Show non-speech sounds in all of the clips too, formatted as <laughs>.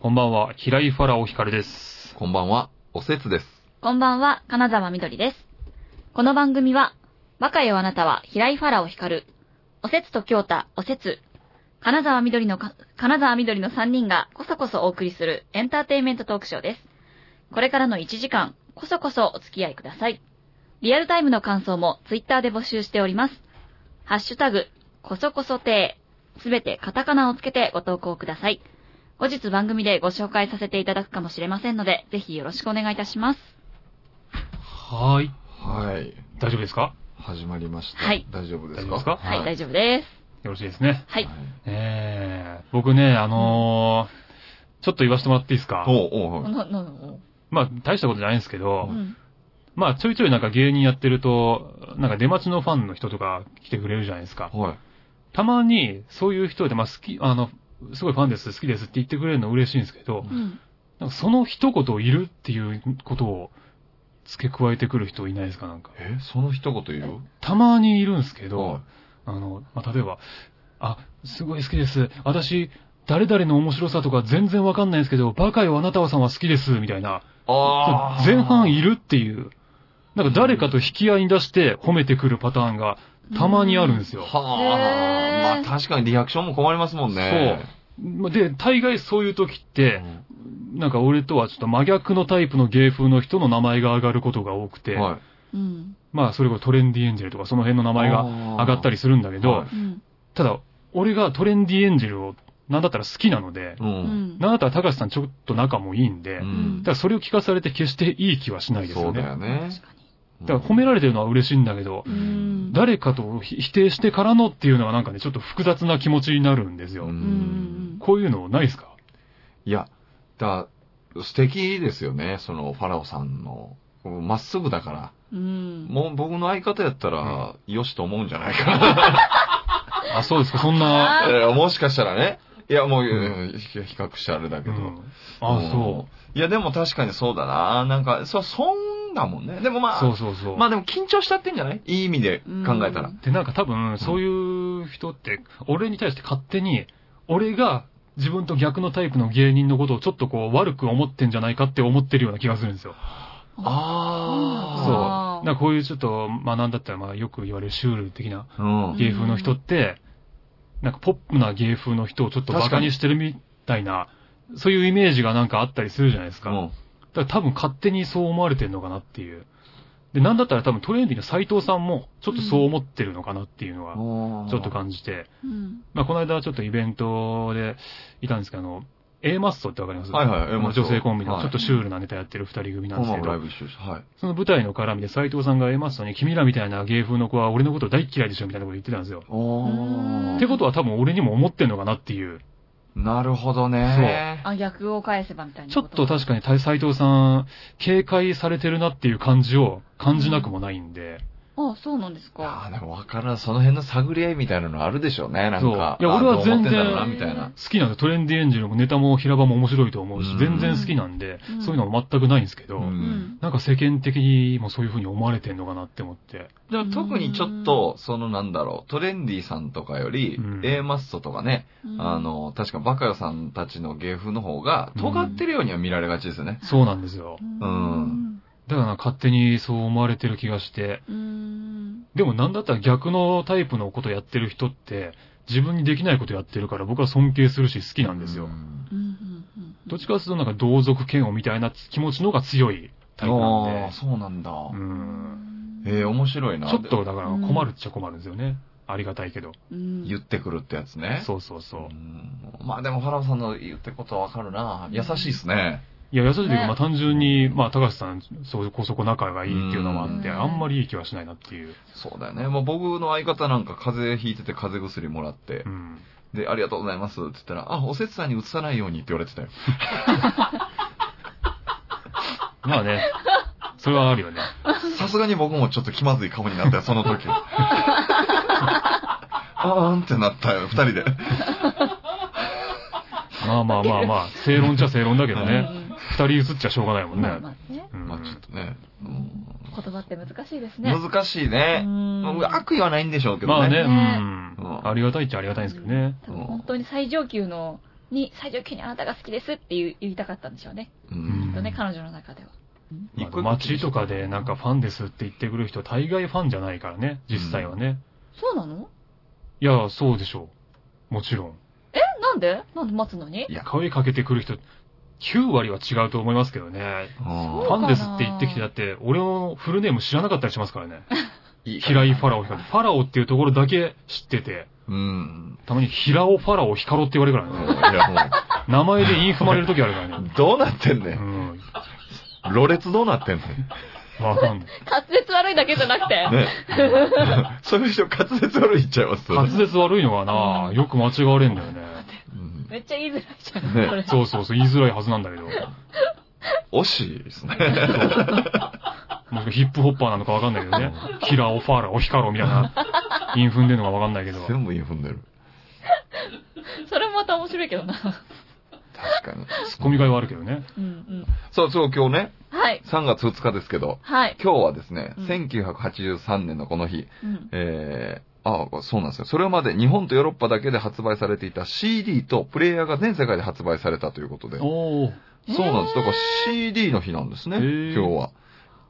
こんばんは、平井ファラオヒカルです。こんばんは、おせつです。こんばんは、金沢みどりです。この番組は、若よあなたは平井ファラオ光る、おせつと京太、おせつ、金沢みどりのか、金沢みどりの3人がこそこそお送りするエンターテインメントトークショーです。これからの1時間、こそこそお付き合いください。リアルタイムの感想もツイッターで募集しております。ハッシュタグ、こそこそてー、すべてカタカナをつけてご投稿ください。後日番組でご紹介させていただくかもしれませんので、ぜひよろしくお願いいたします。はーい。はい。大丈夫ですか始まりました。はい大丈夫です大丈か夫ですかはい、大丈丈夫です。よろしいですね。はい。えー、僕ね、あのー、ちょっと言わせてもらっていいですかおうおうおうの、の、の、まあ、大したことじゃないんですけどう、ん。まあ、ちょいちょいなんか芸人やってると、なんか出待ちのファンの人とか来てくれるじゃないですか。はい。たまに、そういう人で、まあ、好き、あの、すごいファンです、好きですって言ってくれるの嬉しいんですけど、うん。なんかその一言いるっていうことを付け加えてくる人いないですかなんか。え、その一言言うたまにいるんですけど、はあの、まあ、例えば、あ、すごい好きです。私、誰々の面白さとか全然わかんないんですけど、バカよあなたはさんは好きです、みたいな。いあー前半いるっていう。なんか誰かと引き合いに出して褒めてくるパターンがたまにあるんですよ。はあ。へーまあ確かにリアクションも困りますもんね。まあで、大概そういう時っうて、んなんか俺とはちょっと真逆のタイプの芸風の人の名前が上がることが多くて、はい。うん。まあそれこそトレンディエンジェルとかその辺の名前が上がったり。りするんだけど、はいうん。ただ、俺がトレンディエンジェルを、なんだったら好きなので、う。うんん。なんだったら高橋さんちょっと仲もいいんで、うだんからそれを聞かされて決していい気はしないですそようね。だよだね。確かに。から褒められてるのは嬉しいんだけど、うん。誰かとひ否定してからのっていうのはなんかね、ちょっと複雑な気持ちになるんですよ。ううんん。こういうのないですかいや、だ、素敵ですよね、その、ファラオさんの。まっすぐだから。うん。もう僕の相方やったら、よしと思うんじゃないか <laughs> な。あ、そうですか、そんな。いやもしかしたらね。いや、もう、んうん比較してあれだけうど。ん、あ、そうん。いや、でも確かにそうだな。なんか、そ、そんだもんね。でもまう。あ、そうそうそう。まあでも緊張しちゃってんじゃないいい意味で考えたら。で、なんか多分、そういう人って、俺に対して勝手に、俺が自分と逆のタイプの芸人のことをちょっとこう悪く思ってんじゃないかって思ってるような気がするんですよ。ああそう。なんかこういうちょっと、まあなんだったら、まあよく言われるシュール的なあ。うん。芸風の人って、なんかポップな芸風の人をちょっとバカにしてるみたいな、そういうイメージがなんかあったりするじゃないですか。うんだから多分勝手にそう思われてるのかなっていう。で、なんだったら多分トレンディの斎藤さんもちょっとそう思ってるのかなっていうのは、ちょっと感じて。うん。まあ、この間ちょっとイベントでいたんですけど、あの、A マッソってわかりますはいはい A マッソ女性コンビのはいちょっとシュールなネタやってる二人組なんでこすのけど、ライブ一緒でした。はい。その舞台の絡みで斎藤さんが A マッソに君らみたいな芸風の子は俺のこと大嫌いでしょみたいなこと言ってたんですよ。ーっおてことは多分俺にも思ってんのかなっていう。なるほどね。あ、逆を返せばみたいな。ちょっと確かかに斎藤さん、警戒されてるなっていう感じを感じなくもないんで。に。あ、そうなんですあか。あ、でも分からん。その辺の探り合いみたいなのあるでしょうね、なんか。そういや俺は全然あどう思ってんだろうな、みたいな。好きなんで、トレンディエンジェルもネタも平場も面白いと思うしうん、全然好きなんでうん、そういうのも全くないんですけど、ううんん。なんか世間的にもそういう風に思われてんのかなって思って。でも特にちょっと、そのなんだろう、トレンディさんとかよりうん A マッソとかね、あ、の、確かバカヤさんたちの芸風の方が、尖ってるようには見られがちですよね。そうなんですよう。ん。だから勝手にそう思われてる気がして。うん。でもなんだったら逆のタイプのことやってる人って、自分にできないことやってるから僕は尊敬するし好きなんですよ。うんうん。どっちかというとなんか同族嫌悪みたいな気持ちの方が強いタイプなあーんで。そうなんだ。うん。ええ面白いな。ちょっとだから困るっちゃ困るんですよね。ありがたいけど。うん。言ってくるってやつね。そうそうそう。んまあでも、ファラオさんの言ってることはわかるな。優しいですね。いや、優しいけど、ねまあ単純に、まあ高橋さん、そうこそこ仲がいいっていうのもあって、うんあんまりいい気はしないなっていう。そうだよね。もう僕の相方なんか風邪ひいてて風邪薬もらってう、ん。で、ありがとうございますって言ったら、あ、おせつさんに移さないようにって言われてたよ。まあね、それはあるよね。さすがに僕もちょっと気まずい顔になったよ、その時。あーんってなったよ、二人で。まあまあまあまあ、正論っちゃ正論だけどね。ね。二人映っちゃしょうがないもんねまあ。まあね。うんまあちょっとね。うん言葉って難しいですね。難しいね。まんあ悪意はないんでしょうけまどあね。ね、ねうんうんありがたいっちゃありがたいんですけどね。多分本当に最上級のに西条家にあなたが好きですって言う言いたかったんでしょうね。うんきっとね、うん彼女の中では。まあ街とかでなんかファンですって言ってくる人、大概ファンじゃないからね、実際はね。そうなのいや、そうでしょう。もちろん。えなんでなんで待つのにいや、声かけてくる人、9割は違うと思いますけどね。うんファンですって言ってきて、だって、俺のフルネーム知らなかったりしますからね。いい平井ファラオヒカル。ファラオっていうところだけ知ってて、うん。たまに平尾ファラオヒカロって言われるかいらね。や、も名前でインフマれる時あるからね。う、どうなってんうねん。ん。ろれつどうなってんねん。わかんない。滑舌悪いだけじゃなくて。ね。そういう人滑舌悪いっちゃいますよ滑ね。舌悪いのはな、よく間違われんだよね。うんめっちゃ言いづらいじゃん。ねこれそうそうそう、言いづらいはずなんだけど。惜しいですね。もしくはヒップホッパーなのかわかんないけどね。キラオ、ファラオ、ヒカロみたいな、インフンでんのかわかんないけど。全部インフんでる。それもまた面白いけどな。確かに。ツッコミがいはあるけどね。 <laughs> うんうん。そう、そう、今日ね、はい。 3月2日ですけど、はい。今日はですね、うん1983年のこの日、うん。えー、ああ、そうなんですよ。それまで日本とヨーロッパだけで発売されていた CD とプレイヤーが全世界で発売されたということで。そうおー。なんです。だから CD の日なんですね、へー今日は。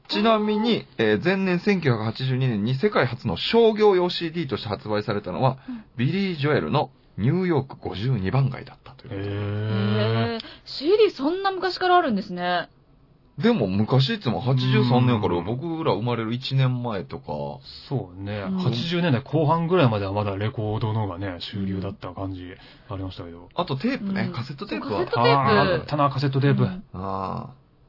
ちなみに、えー前年1982年に世界初の商業用 CD として発売されたのは、うんビリー・ジョエルのニューヨーク52番街だったというえことで。ーへ。ー CD そんな昔からあるんですね。でも昔って言っても83年やからうん僕ら生まれる1年前とか、そうね、うん80年代後半ぐらいまではまだレコードのがね、主流だった感じありましたけど。あとテープうねん、カセットテープカセッはト。テープあーあったな、カセットテープ。うんあ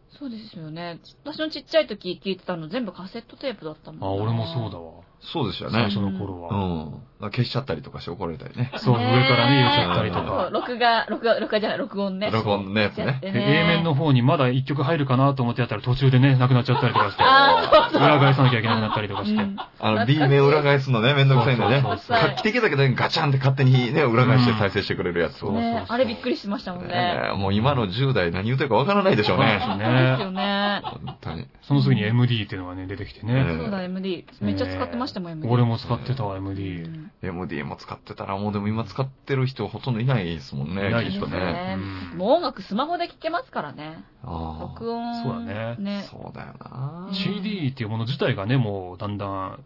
そうですよね。私のちっちゃい時聞いてたの全部カセットテープだったもんなあ、俺もそうだ。わ。あ、そうでした最ね。初の頃うは。ん。だから消しちゃったりとかして怒られたりね。そう、上からね、ね寄せちゃったりとそうか。録画、録画、録画じゃない、録音ね。録音のやつね。で、A 面の方にまだ一曲入るかなと思ってやったら途中でね、なくなっちゃったりとかして。あーそうそう裏返さなきゃいけなくなったりとかして。あの、B 面裏返すのね、めんどくさいんだねそうそう。そう画期的だけどね、ガチャンって勝手にね、裏返して再生してくれるやつそを。うねんねあれびっくりしましたもんね。えもう今の10代何言うてるかわからないでしょうそうね。ですそうですね。よね。本当に。その次に MD っていうのがね、出てきてえね。えそうだ、MD。めっちゃ使ってましたもねん、MD。俺も使ってたわ、うん、 MD。 MD も使ってたら、もうでも今使ってる人ほとんどいないですもんね、いないできすっよとねね。うんもう音楽スマホで聴けますからね。あ録音。そうだねあ。ね。そうだよな。 CD っていうもの自体がね、もうだんだん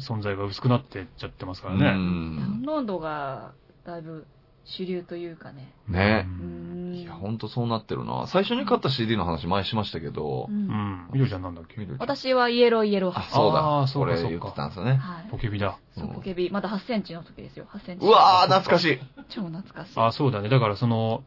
存在が薄くなってっちゃってますからうね。ダウンん。ロードがだいぶ主流というかね。ねううんんいや、ほんとそうなってるな。最初に買った CD の話前にしましたけどう、うんん。みどりちゃんなんだっけ緑ちゃん私はイエローイエローあ派。、そうあーだ。そこうかれそう言かってたんですよね。はいポ。ケビだ。そうポケビ、まだ8センチの時ですよ、8センチ。うわー、懐かしい。超懐かしい。あ、そうだね。だからその、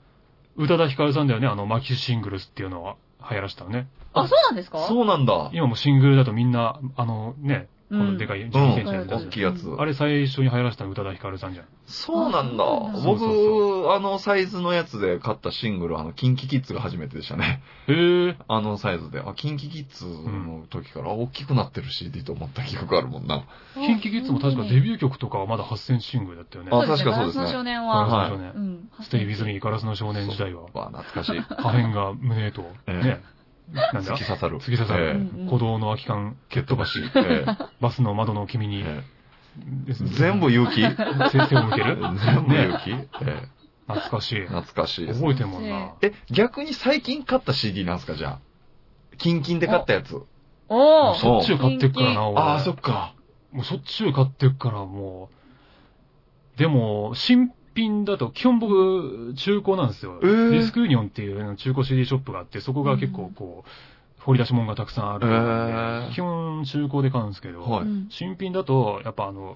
宇多田ヒカルさんだよね。あの、マキシングルスっていうのは流行らせたのね。あ、そうなんですかそうなんだ。今もシングルだとみんな、あのね、うこんのでかい12うんセンチのやつ出す大きいやつ。あれ最初に流行らせたの宇多田ヒカルさんじゃん。そうなんだあそうなんだそうそう僕、あのサイズのやつで買ったシングル、あの、キンキキッズが初めてでしたね。 <laughs> へえ。あのサイズで。あ、キンキキッズの時からあ大きくなってる CD と思った記憶あるもんな。キンキキッズも確かデュー。ビュー曲とかはまだ8センチシングルだったよね。あ確かそうですねガラスの少年ガは。ラスの少う年。ん。ステイビズミー、ガラスの少年時代は。わ、懐かしい。破片が胸へと、ね。 <laughs> なんだ突き刺さる。突き刺さるええうん鼓動の空き缶、蹴っ飛ばし、えバスの窓の君えに、ええ全部 <laughs> 勇気全先生を向け <laughs> る部ね勇気え懐かしいえ。懐かしいです覚えてんもんな。え、逆に最近買った CD なんすか、じゃあ。キンキンで買ったやつ。おー。しょっちゅう買ってっからな、俺。ああ、そっか。もうしょっちゅう買ってっから、もう。でも、新品だと、基本僕、中古なんですよ。えーディスクユニオンっていう中古 CD ショップがあって、そこが結構こう、掘り出し物がたくさんあるんで、えー基本中古で買うんですけど、はいうん新品だと、やっぱあの、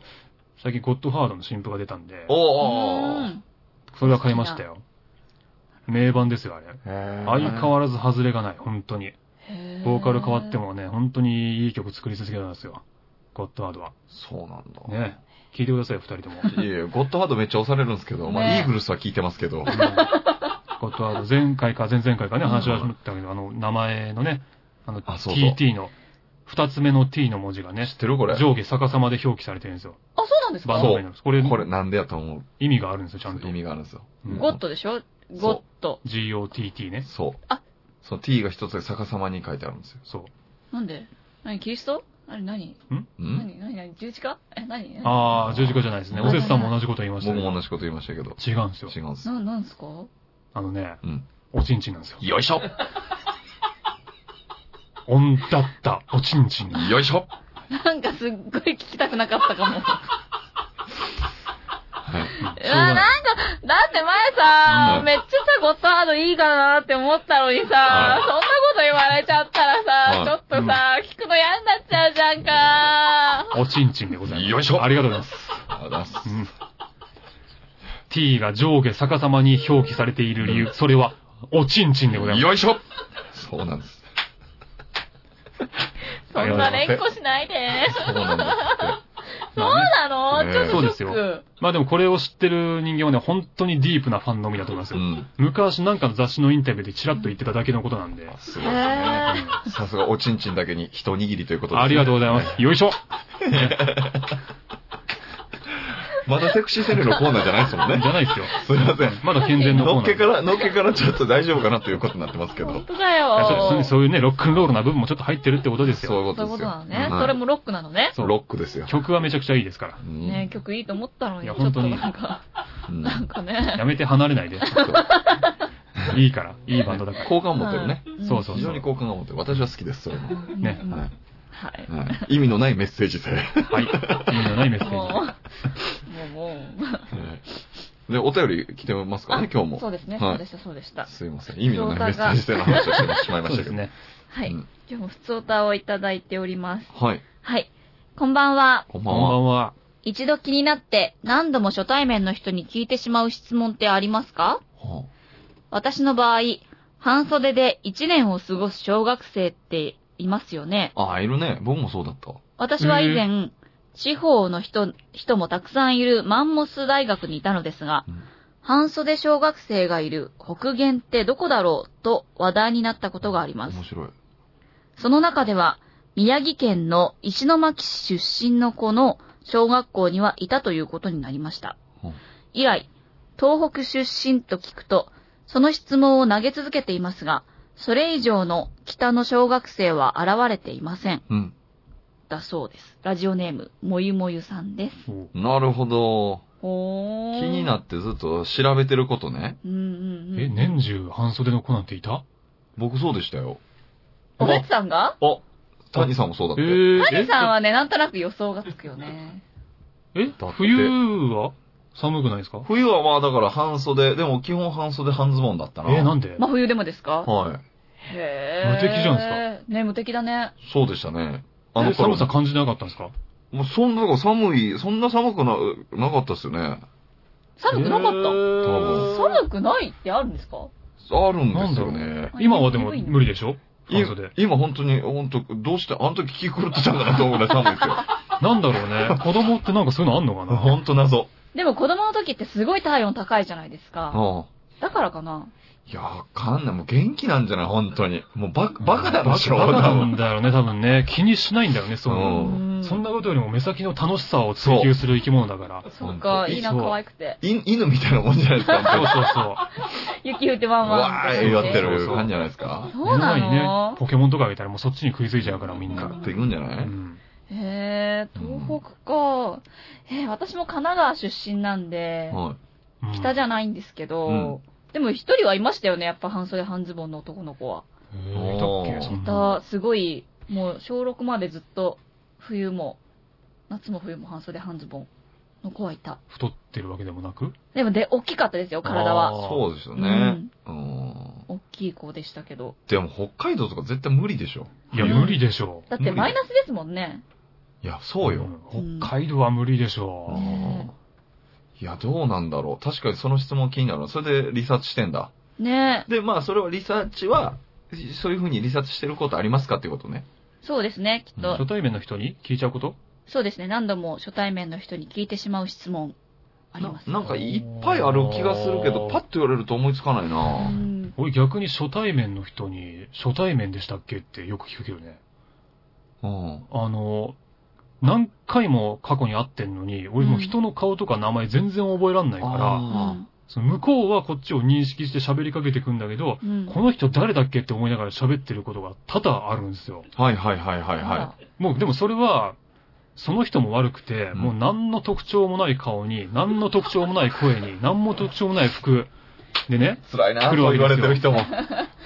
最近ゴッドファードの新譜が出たんで、おうーんそれは買いましたよ。名盤ですよ、あれ。相相変わらず外れがない、本当に。へボーカル変わって。もね、本当にいい曲作り続けたんですよ。ゴッドファードは。そうなんだ。ね。聴いてくださいよ、二人とも。いえ、ゴッドハードめっちゃ押されるんですけど、まあ、ねイーグルスは聞いてますけど。ことは、前回か前々回かね、うん話はしましたけど、あの、名前のね、あの、あそうそう TT の、二つ目の T の文字がね知、ってるこれ。上下逆さまで表記されてるんですよ。あ、そうなんですバンかド名なんです。これ、これなんでやと思う意味があるんですよ、ちゃんと意。味があるんですよ。うんゴッドでしょゴッド。 GOTT ね。そう。あその t が一つで逆さまに書いてあるんですよ。そう。なんで何キリストあれ何うん何何何十字架え、何何ああ、十字架じゃないですね。おせつさんも同じこと言いまし僕たねも同じこと言いましたけど。違うんですよ。違うんです。な、なんすかあのね、うん。おちんちんなんですよ。よいしょおんだった、おちんちん。よいしょなんかすっごい聞きたくなかったかも。うはわ、い。なんか、だって前さう、んめっちゃさ、ゴッドハードいいかなって思ったのにさ、そんはないこと言われちゃったはらいさ、ちょっとさ、聞くの嫌になっちゃうじゃんか。おちんちんでございます。よいしょありがとうございます。ありがとうございます。うん。t が上下逆さまに表記されている理由、それは、おちんちんでございます。よいしょそうなんです。そんな連呼しないで。そうなんですって。そうなの、ねちょっとショック。そうですよまあでもこれを知ってる人間はね、本当にディープなファンのみだと思いますうよ。ん。昔なんかの雑誌のインタビューでチラッと言ってただけのことなんで。すへごいですね。ーさすがおちんちんだけに一握りということです、ね。ありがとうございます。よいしょまだセクシーセ <laughs> ルのコーナーじゃないですもんじね。ゃないですよ。すいません。まだ健全のコーのナー。っけかいら、のっけからちょっと大丈夫かなということになってますけど。本当だやそうよ。そういうね、ロックンロールな部分もちょっと入ってるってことです <laughs> そうよ。いうこそういうとでこすとよ。なのね、うんそれもロックなのね。そうロックですよ。曲はめちゃくちゃいいですから。うんね曲いいと思ったのいに、ちやょっ本と当になんか、うんなんかね。やめて離れない <laughs> で。そういいから。いいバンドだから。好感を持てるね。んそうそう非常に好感を持てる。私は好きです、それも。はうんねはいい。意味のないメッセージ <laughs> 性。はい。意味のないメッセージ。もはう、もう、もう。で、お便り来てますかね、今日も。そうですね、はいそうでした、そうでした。すいません。意味のないメッセージ性の話をしてしまいまそしうでたけすど。ね。はい。うん今日も普通歌をいただいております。はい。はい。こんばんは。こんばこんんばは。んは。一度気になって何度も初対面の人に聞いてしまう質問ってありますかは私の場合、半袖で1年を過ごす小学生っていますよね。ああ、いるね。僕もそうだった。私は以前、地方の人、人もたくさんいるマンモス大学にいたのですが、うん半袖小学生がいる北限ってどこだろうと話題になったことがあります面。白い。その中では、宮城県の石巻市出身の子の小学校にはいたということになりましたうん。以来、東北出身と聞くと、その質問を投げ続けていますが、それ以上の北の小学生は現れていません。うん。だそうです。ラジオネーム、もゆもゆさんです。そうなるほど。お気になってずっと調べてることね。うんうんうん。え、年中半袖の子なんていた僕そうでしたよ。おめつさんがあ、谷さんもそうだっえたよ。ー、谷さんはね、なんとなく予想がつくよね。え、えって冬は寒くないですか冬はまあだから半袖、でも基本半袖半ズボンだったえな。ー、なんで真冬でもですかはい。へー。無敵じゃんなすか。ね、無敵だね。そうでしたね。あえの頃寒さ感じなかったんですかもうそんな、だから寒い、そんな寒くな、なかったっすよね。寒くなかった。多寒くないってあるんですかあるんですよね。今はでも無理でしょい半袖。今本当に、本当どうして、あの時気狂ってたんだなと思うぐらい寒いで <laughs> すよ。なんだろ <laughs> うね。子供ってなんかそういうのあんのかな本当謎。でも子供の時ってすごい体温高いじゃないですか。うん。だからかな。いや、わかんない。もう元気なんじゃない本当に。もうバカ、バカなんでしょバカ多な分んだろうね、多分ね。気にしないんだよね、そういううの。んそんなことよりも目先の楽しさを追求する生き物だから。そうか、いいな、そう可愛くて。い犬みたいなもんじ <laughs> ゃないですか。そう本そう雪降ってワ当ンにワン。わーい、やってそうるそう感じじゃないですか。そう。そうな目の前にのね、ポケモンとかあげたらもうそっちに食いついちゃうから、みんな。買っていくんじゃうないん。へえ、東北か。えー、私も神奈川出身なんで、は北じゃゃないんですけうどん、でも一人はいましたよね、やっぱ半袖半ズボンの男の子は。ん。えー、いたっけそんな。だすごい、もう小6までずっと、冬も、夏も冬も半袖半ズボンの子はいた。太ってるわけでもなくでもで、大きかったですよ、体は。い。そうですようね。んうん。大きい子でしたけど。でも北海道とか絶対無理でしょ。いや、無理でしょう。だってマイナスですもんね。いや、そうよ。ん北海道は無理でしょう。ねいや、どうなんだろう。確かにその質問気になるなそれでリサーチしてんだ。ねえ。で、まあ、それはリサーチは、そういうふうにリサーチしてることありますかっていうことね。そうですね、きっと。初対面の人に聞いちゃうことそうですね、何度も初対面の人に聞いてしまう質問あります。ななんかいっぱいある気がするけど、パッと言われると思いつかないなうん俺逆に初対面の人に、初対面でしたっけってよく聞くけどね。うん。あの、何回も過去に会ってんのに、俺もう人の顔とか名前全然覚えらんないから、あその向こうはこっちを認識して喋りかけてくんだけど、うんこの人誰だっけって思いながら喋ってることが多々あるんですよ。ーはいはいはいはいあらはもうでもそれは、その人も悪くて、うんもう何の特徴もない顔に、何の特徴もない声に、何も特徴もない服、でね、辛いな、来るそわうけ言でわすよれてる人も。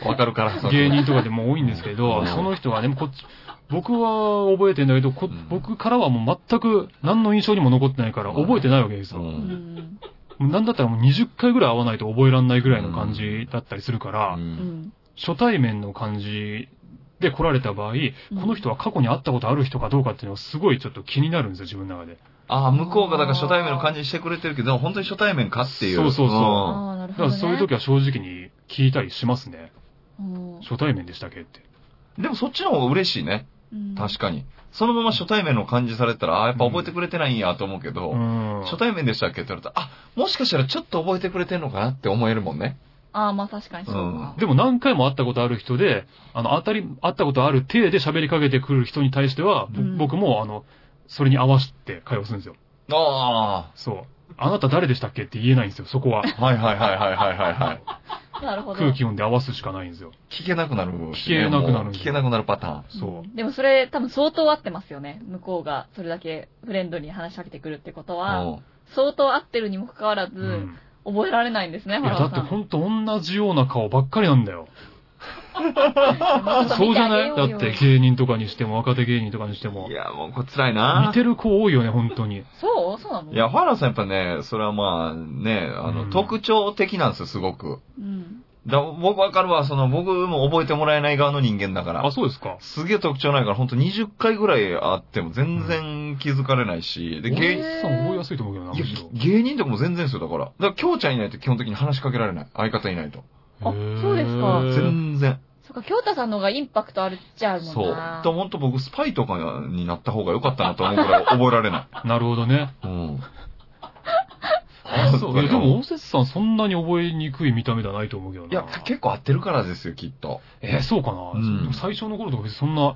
わかる <laughs> から、それ芸人とかでも多いんですけうどん、その人はね、こっち、僕は覚えてんだけど、こうん僕からはもう全く何の印象にも残ってないから、うん覚えてないわけですうよ。ん。なんだったらもう20回ぐらい会わないと覚えらんないぐらいの感じだったりするから、うん初対面の感じで来られた場合、この人は過去に会ったことある人かどうかっていうのはすごいちょっと気になるんですよ、自分の中で。ああ、向こうがだから初対面の感じにしてくれてるけど、本当に初対面かっていう。そうそうそうああ、なるだかほど、らね。そういう時は正直に聞いたりしますね。うん初対面でしたっけって。うんでもそっちの方が嬉しいね。うん確かに。そのまま初対面の感じされたら、ああ、やっぱ覚えてくれてないんやと思うけど、うん。初対面でしたっけって言われたら、あ、もしかしたらちょっと覚えてくれてんのかなって思えるもんね。ああ、まあ確かにそうか。でも何回も会ったことある人で、あの、当たり、会ったことある体で喋りかけてくる人に対しては、ぼうん僕も、あの、それに合わせて会話するんですよ。あそう。あなた誰でしたっけって言えないんですよ、そこは。あ、はいはいはいはいはいはいはい。なるほど。空気読んで合わすしかないんですよ。聞けなくなるし聞ね、けなくなるもう聞けなくなるパターン。そうでもそれ多分相当合ってますよね。向こうがそれだけフレンドに話しかけてくるってことは、うん相当合ってるにもかかわらず、うん。覚えられないんですね、い原や、だ田ってさん。ほんと同じような顔ばっかりなんだよ。だそうじゃないだって芸人とかにしても、若手芸人とかにしてもい。や、もうこれ辛い似な。てる子多いよね、本当に。そうそうなのいや、ファラさんやっぱね、それはまあね、あの、うん特徴的なんですよ、すごく。うん。だ僕わかるわ、その、僕も覚えてもらえない側の人間だから。あ、そうですか。すげえ特徴ないから、ほんと20回ぐらいあっても全然気づかれないし、で、お芸じさん覚えやすいと思うけどな、むいやしろ。芸人とかも全然ですよ、だから。だから、京ちゃんいないと基本的に話しかけられない。相方いないと。あへーそうですかへ全然。そっか、京太さんの方がインパクトあるっちゃあるもんそう。な。と、ほんと僕、スパイとかになった方が良かったなと思うくらい覚えられななるほどね。い。 <laughs> うん。あそう。 <laughs> いや、でも、大節さんそんなに覚えにくい見た目ではないと思うけどな。いや、結構合ってるからですよ、きっと。えーそうかな。うんでも最初の頃とか別にそんな、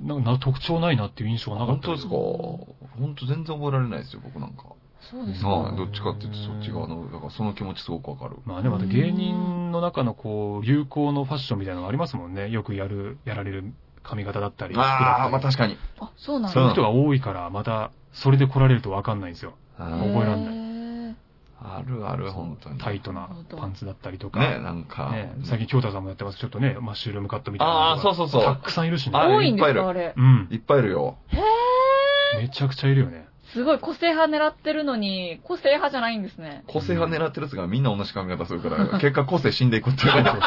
なな特徴ないなっていう印象はなかっ本た当ですかけど本当全然覚えられないですよ、僕なんか。そうですか。はいどっちかって言うとそっち側の、だからその気持ちすごくわかる。まあね、また芸人の中のこう、流行のファッションみたいなのがありますもんね。よくやる、やられる髪型だったり、服ああ、だまっあたり。確かに。あ、そうなんそういうだ。人が多いから、また、それで来られるとわかんないんですよ。うん覚えらんないない。あるある、本当に。タイね、トなパンツだったりとか。なんか。ね最近、京太さんもやってます。ちょっとね、マッシュルームカットみたいなのが。ああ、そうそうそう。たくさんいるしね。あ多いんですいっぱいいるか、あれ。うんい。っぱいいるよ。めちゃくちゃいるよね。すごい個性派狙ってるのに、個性派じゃないんですね。個性派狙ってるやつがみんな同じ髪型す <laughs> るから、結果個性死んでいくっていう。そうそう <laughs>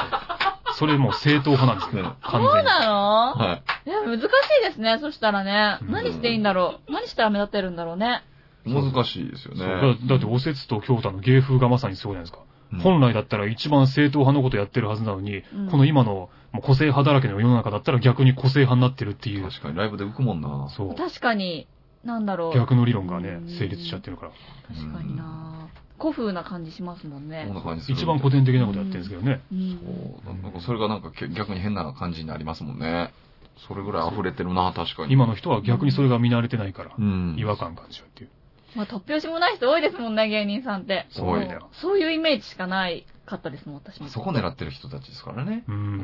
それもう正当派なんですよ。ね完そう全に。なのはいや、難しいですね、そしたらね。うん何していいんだろう。何したら目立てるんだろうね。い。難しいですよそうね。だだって、おせつと京太の芸風がまさにそうじゃないですか。本来だったら一番正当派のことやってるはずなのに、うんこの今のもう個性派だらけの世の中だったら逆に個性派になってるっていう、確かにライブで浮くもんな。そう、確かに、なんだろう。逆の理論がねうん、成立しちゃってるから。確かにな古風な感じしますもんこんね。な感じする。一番古典的なことやってるんですけどね。うん。そう。なんかそれがなんかけ逆に変な感じになりますもんね。それぐらい溢れてるな、確かに。今の人は逆にそれが見慣れてないからう、ん。違和感感じちゃうっていう。まあ、突拍子もない人多いですもんね、芸人さんって。多いねそうそういうイメージしかないかったですもん、私も。そこ狙ってる人たちですからね。う。うん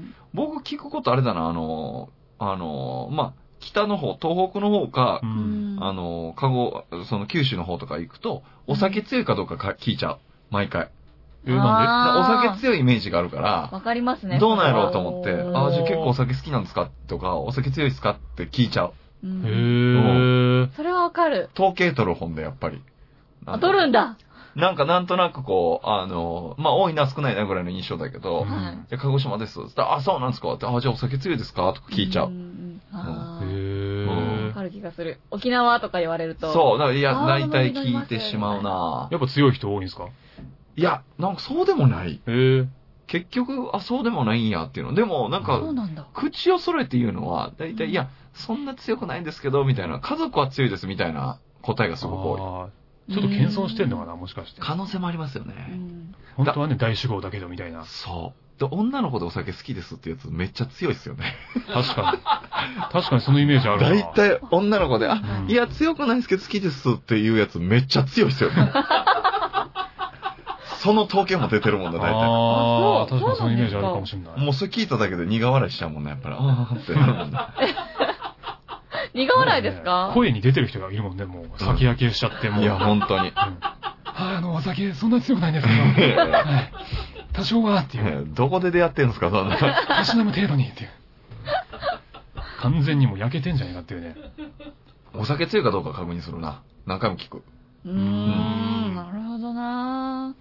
ん。僕聞くことあれだな、あの、あの、まあ、北の方、東北の方かう、ん。あの、かご、その九州の方とか行くと、お酒強いかどうかか聞いちゃう。毎回。え、なんおあー酒強いイメージがあるから、わかりますね。どうなんやろうと思って、それはああ、じゃあ結構お酒好きなんですかとか、お酒強いですかって聞いちゃう。うでへん。ー。それはわかる。統計取る本で、やっぱり。あ、取るんだ。なんかなんとなくこう、あの、まあ、多いな少ないなぐらいの印象だけうどん、はい。じゃあ鹿児島です。つったらあ、そうなんですかって、あ、じゃあお酒強いですかとか聞いちゃうう。ん。あへうんーーわ。かる気がする。沖縄とか言われると。そう、だからいや、あ大ー体聞いてしまうなやっぱ強い人多いんですかいや、なんかそうでもない。へー。結局、あ、そうでもないんやっていうの。でも、なんあかそう、なんだ。口を揃えて言うのは、だいたい、いや、そんな強くないんですけど、みたいな、家族は強いです、みたいな答えがすごく多い。あーちょっと謙遜してんのかな、もしかして。可能性もありますようね。ん。本当はね、大志望だけどみたいな。そう。で、女の子でお酒好きですってやつめっちゃ強いですよね。確かに。確かにそのイメージあるな。大体、女の子で、あ、うんいや、強くないですけど好きですっていうやつめっちゃ強いですよ <laughs> ね。その統計も出てるもんだ、ああ、大そう確かにそのイメージあるかもしれない。体。もうそれ聞いただけで苦笑いしちゃうもんね、やっぱり。あーってなるもんね。苦笑いですか <laughs> 声に出てる人がいるもんね、もう。先焼けしちゃって、もう。いや、本当に。うんああの、お酒、そんなに強くないんですけど、はい、多少は、っていう。どこで出会ってんすか、そんな。たしなむ程度に、っていう。完全にもう焼けてんじゃねえかっていうね。お酒強いかどうか確認するな。何回も聞く。うーん、なるほどな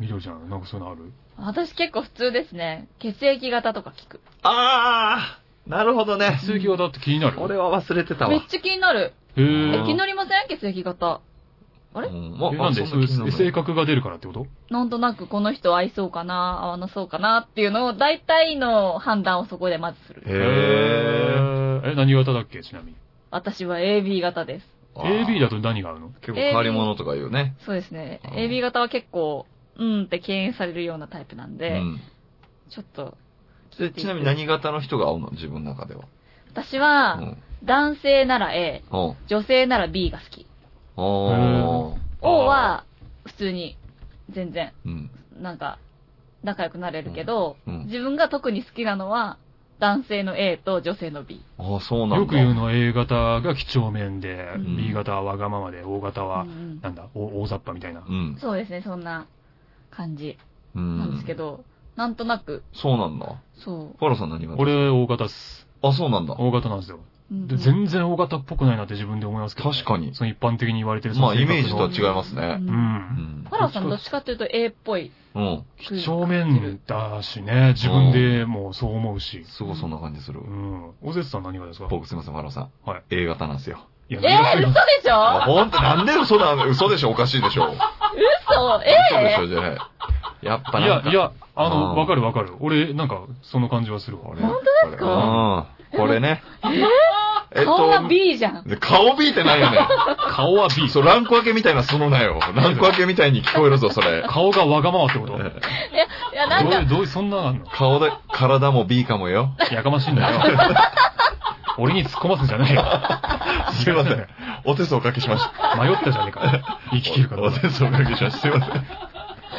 緑ちゃん、なんかそういうのある私結構普通ですね。血液型とか聞く。あーなるほどね血液型って気になる俺は忘れてためっわ。ちゃ気になる。へえ、ー気になりません血液型。あれうんまあえなんでそんな気になる性格が出るからってことなんとなくこの人愛そうかな、合わなそうかなっていうのを、大体の判断をそこでまずする。へー。ー。え、何型だっけちなみに。私は AB 型です。 AB だと。と何があるの結構変わり者とか言うね。そうですねあ。ー AB 型は結構、うんって敬遠されるようなタイプなんうで、ん。ちょっと、でちなみに何型の人が合うの自分の中では。私うは、ん。男性なら A、うん。女性なら B が好き。おー。 O は、普通に、全然、うん。なんか、仲良くなれるけど、うんうん自分が特に好きなのは、男性の A と女性の B。ああ、そうなんだ。よく言うのは A 型が几帳面で、うん B 型はわがままで、O 型うはん、うんなんだ、お大雑把みたいな。うん。そうですね、そんな感じうん。なんですけ。ど、なんとなく、そうなんだ。そファラさん何型俺、O 型っす。あ、そうなんだ。 O 型なんですよ。う。うんで全然 O 型っぽくないなって自分で思いますけど、確かにその一般的に言われてるそまのあ、性イ格のメージとは違いますねう。うんん。んパラオさんどっちかっていうと A っぽい。うん。几帳面だしね、自分でもうそう思うし。すごいそんな感じするう。ん。おぜつさん何がですか僕すいません、ファラさん。はい A 型なんですよ。いやえー、何嘘がでしあ、ょほんと、なんで嘘なの嘘でしょおかしいでしょ嘘嘘でし ?A? ょじゃない。やっぱいなんか。や、いや、あうの、んわかるわかる。俺、なんか、その感じはするわ。こ俺れ、本当ですかうん。これね。え顔が B じゃん。で顔 B ってないよね。顔は B。そう、ランク分けみたいなそのなよ。ランク分けみたいに聞こえるぞ、それ。顔がわがままってことどうええいや、なんいう、か、どういう、そんなのあんの顔で、体も B かもよ。やかましいんだよ。 <laughs> 俺に突っ込ませんじゃねえよ。すいません。お手数おかけしま <laughs> した。迷ったじゃねえか。生きてるかどおうか手。数おかけしました。すいません。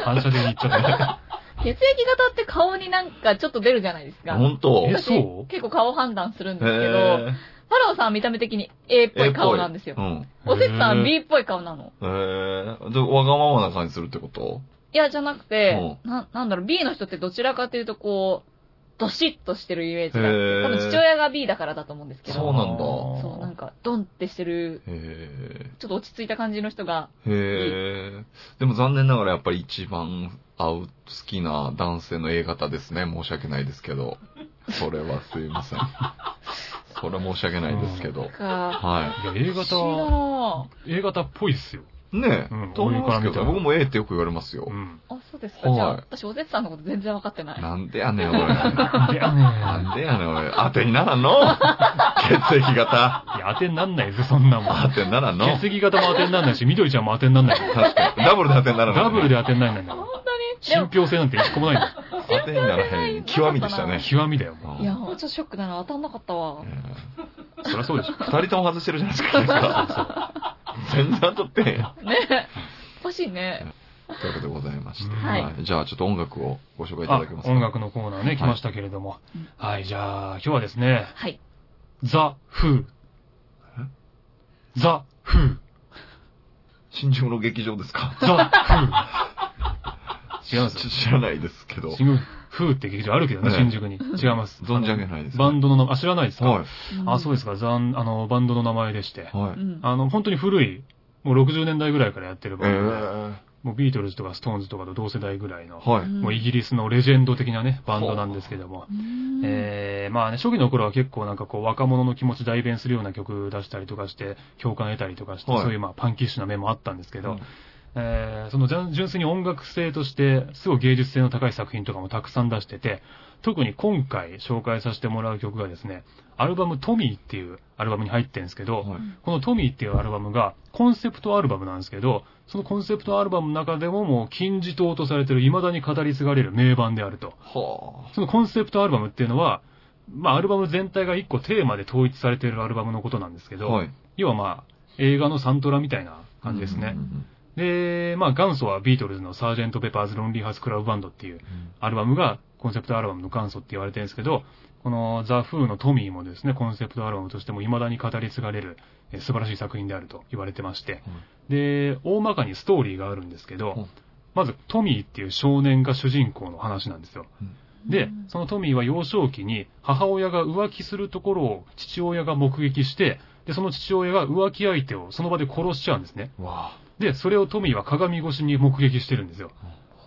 反射で言っちゃった。血液型って顔になんかちょっと出るじゃないですか。本当えへ私そう結構顔判断するんですけど、え。パラオさんは見た目的に A っぽい顔なんですよう。ん。ぽいおせつさんへーは B っぽい顔なの。えー、で、わがままな感じするってこといや、じゃなくて、な、なんだろう、B の人ってどちらかというとこう、どしっとしてるイメージがあっへて。ー多分父親が B だからだと思うんですけど。そうなんだそう、なんか、ドンってしてる、へちょっと落ち着いた感じの人が、え。へえ。でも残念ながらやっぱり一番合う、好きな男性の A 型ですね。申し訳ないですけど。それはすいませ <laughs> ん。それは申し訳ないですけど。か、はいや、A 不型思議だは、な A 型っぽいっすよ。い。ねえ。うんと思いますけ俺からど、見たら僕も A ってよく言われますよう。ん。ぁあ、そうですか。はいじゃあ、私、おせつさんのこと全然わかってない。なんでやねん、 <laughs> 俺。いやねなんでやねん、俺。当てになら <laughs> んの血液型。いや、当てになんないぜ、そんなもん。当てにならんの血液型も当てになんないし、緑ちゃんも当てになんない。確かに。ダブルで当てにならんの。ダブルで当てになんないんだよ。本当にで信も、憑性なんて一個もないんだよ。当てにならへん。極みでしたね。極みだよ、もううんいや、ちょっとショックだな。当たんなかったわ。そりゃ <laughs> そうでしょ。二人とも外してるじゃないですか。全然当たってへんやん。ね欲しいね。ということでございまして。はいじゃあちょっと音楽をご紹介いたあだけますか。音楽のコーナーね、来ましたけれども。はい、じゃあ、今日はですね、はい。ザ・フー。ザ・フー。新宿の劇場ですかザ・フー。違うんですちよ。知らないです <laughs> けど。新宿フーって劇場あるけどね、ね新宿に。違います。存じ上げないです。バンドの名前、あ、知らないですかはい。あ、そうでですか。ザン、あの、バンドの名前でして。はうい。ん。あの、本当に古い、もう60年代ぐらいからやってるえバンドで、ー、もうビートルズとかストーンズとかと同世代ぐらいの、はい。もうイギリスのレジェンド的なね、バンドなんですけども。えー、まあね、初期の頃は結構なんかこう若者の気持ち代弁するような曲出したりとかして、共感得たりとかして、はいそういうまあパンキッシュな面もあったんですけど、うんえーそのじゃん純粋に音楽性として、すごい芸術性の高い作品とかもたくさん出してて、特に今回紹介させてもらう曲がですね、アルバムトミーっていうアルバムに入ってるんですけど、はいこのトミーっていうアルバムがコンセプトアルバムなんですけど、そのコンセプトアルバムの中でももう金字塔とされてる未だに語り継がれる名盤であると。はそのコンセプトアルバムっていうのは、まあ、アルバム全体が一個テーマで統一されているアルバムのことなんですけあ。ど、はい。要はまあ、映画のサントラみたいな感じですねう。んで、まあ、元祖はビートルズのサージェント・ペパーズ・ロンリーハース・クラブ・バンドっていうアルバムがコンセプトアルバムの元祖って言われてるんですけど、このザ・フーのトミーもですね、コンセプトアルバムとしても未だに語り継がれる、えー素晴らしい作品であると言われてまして、で、大まかにストーリーがあるんですけど、うんまずトミーっていう少年が主人公の話なんですよ。で、そのトミーは幼少期に母親が浮気するところを父親が目撃して、で、その父親が浮気相手をその場で殺しちゃうんですね。わあ。で、それをトミーは鏡越しに目撃してるんですよ。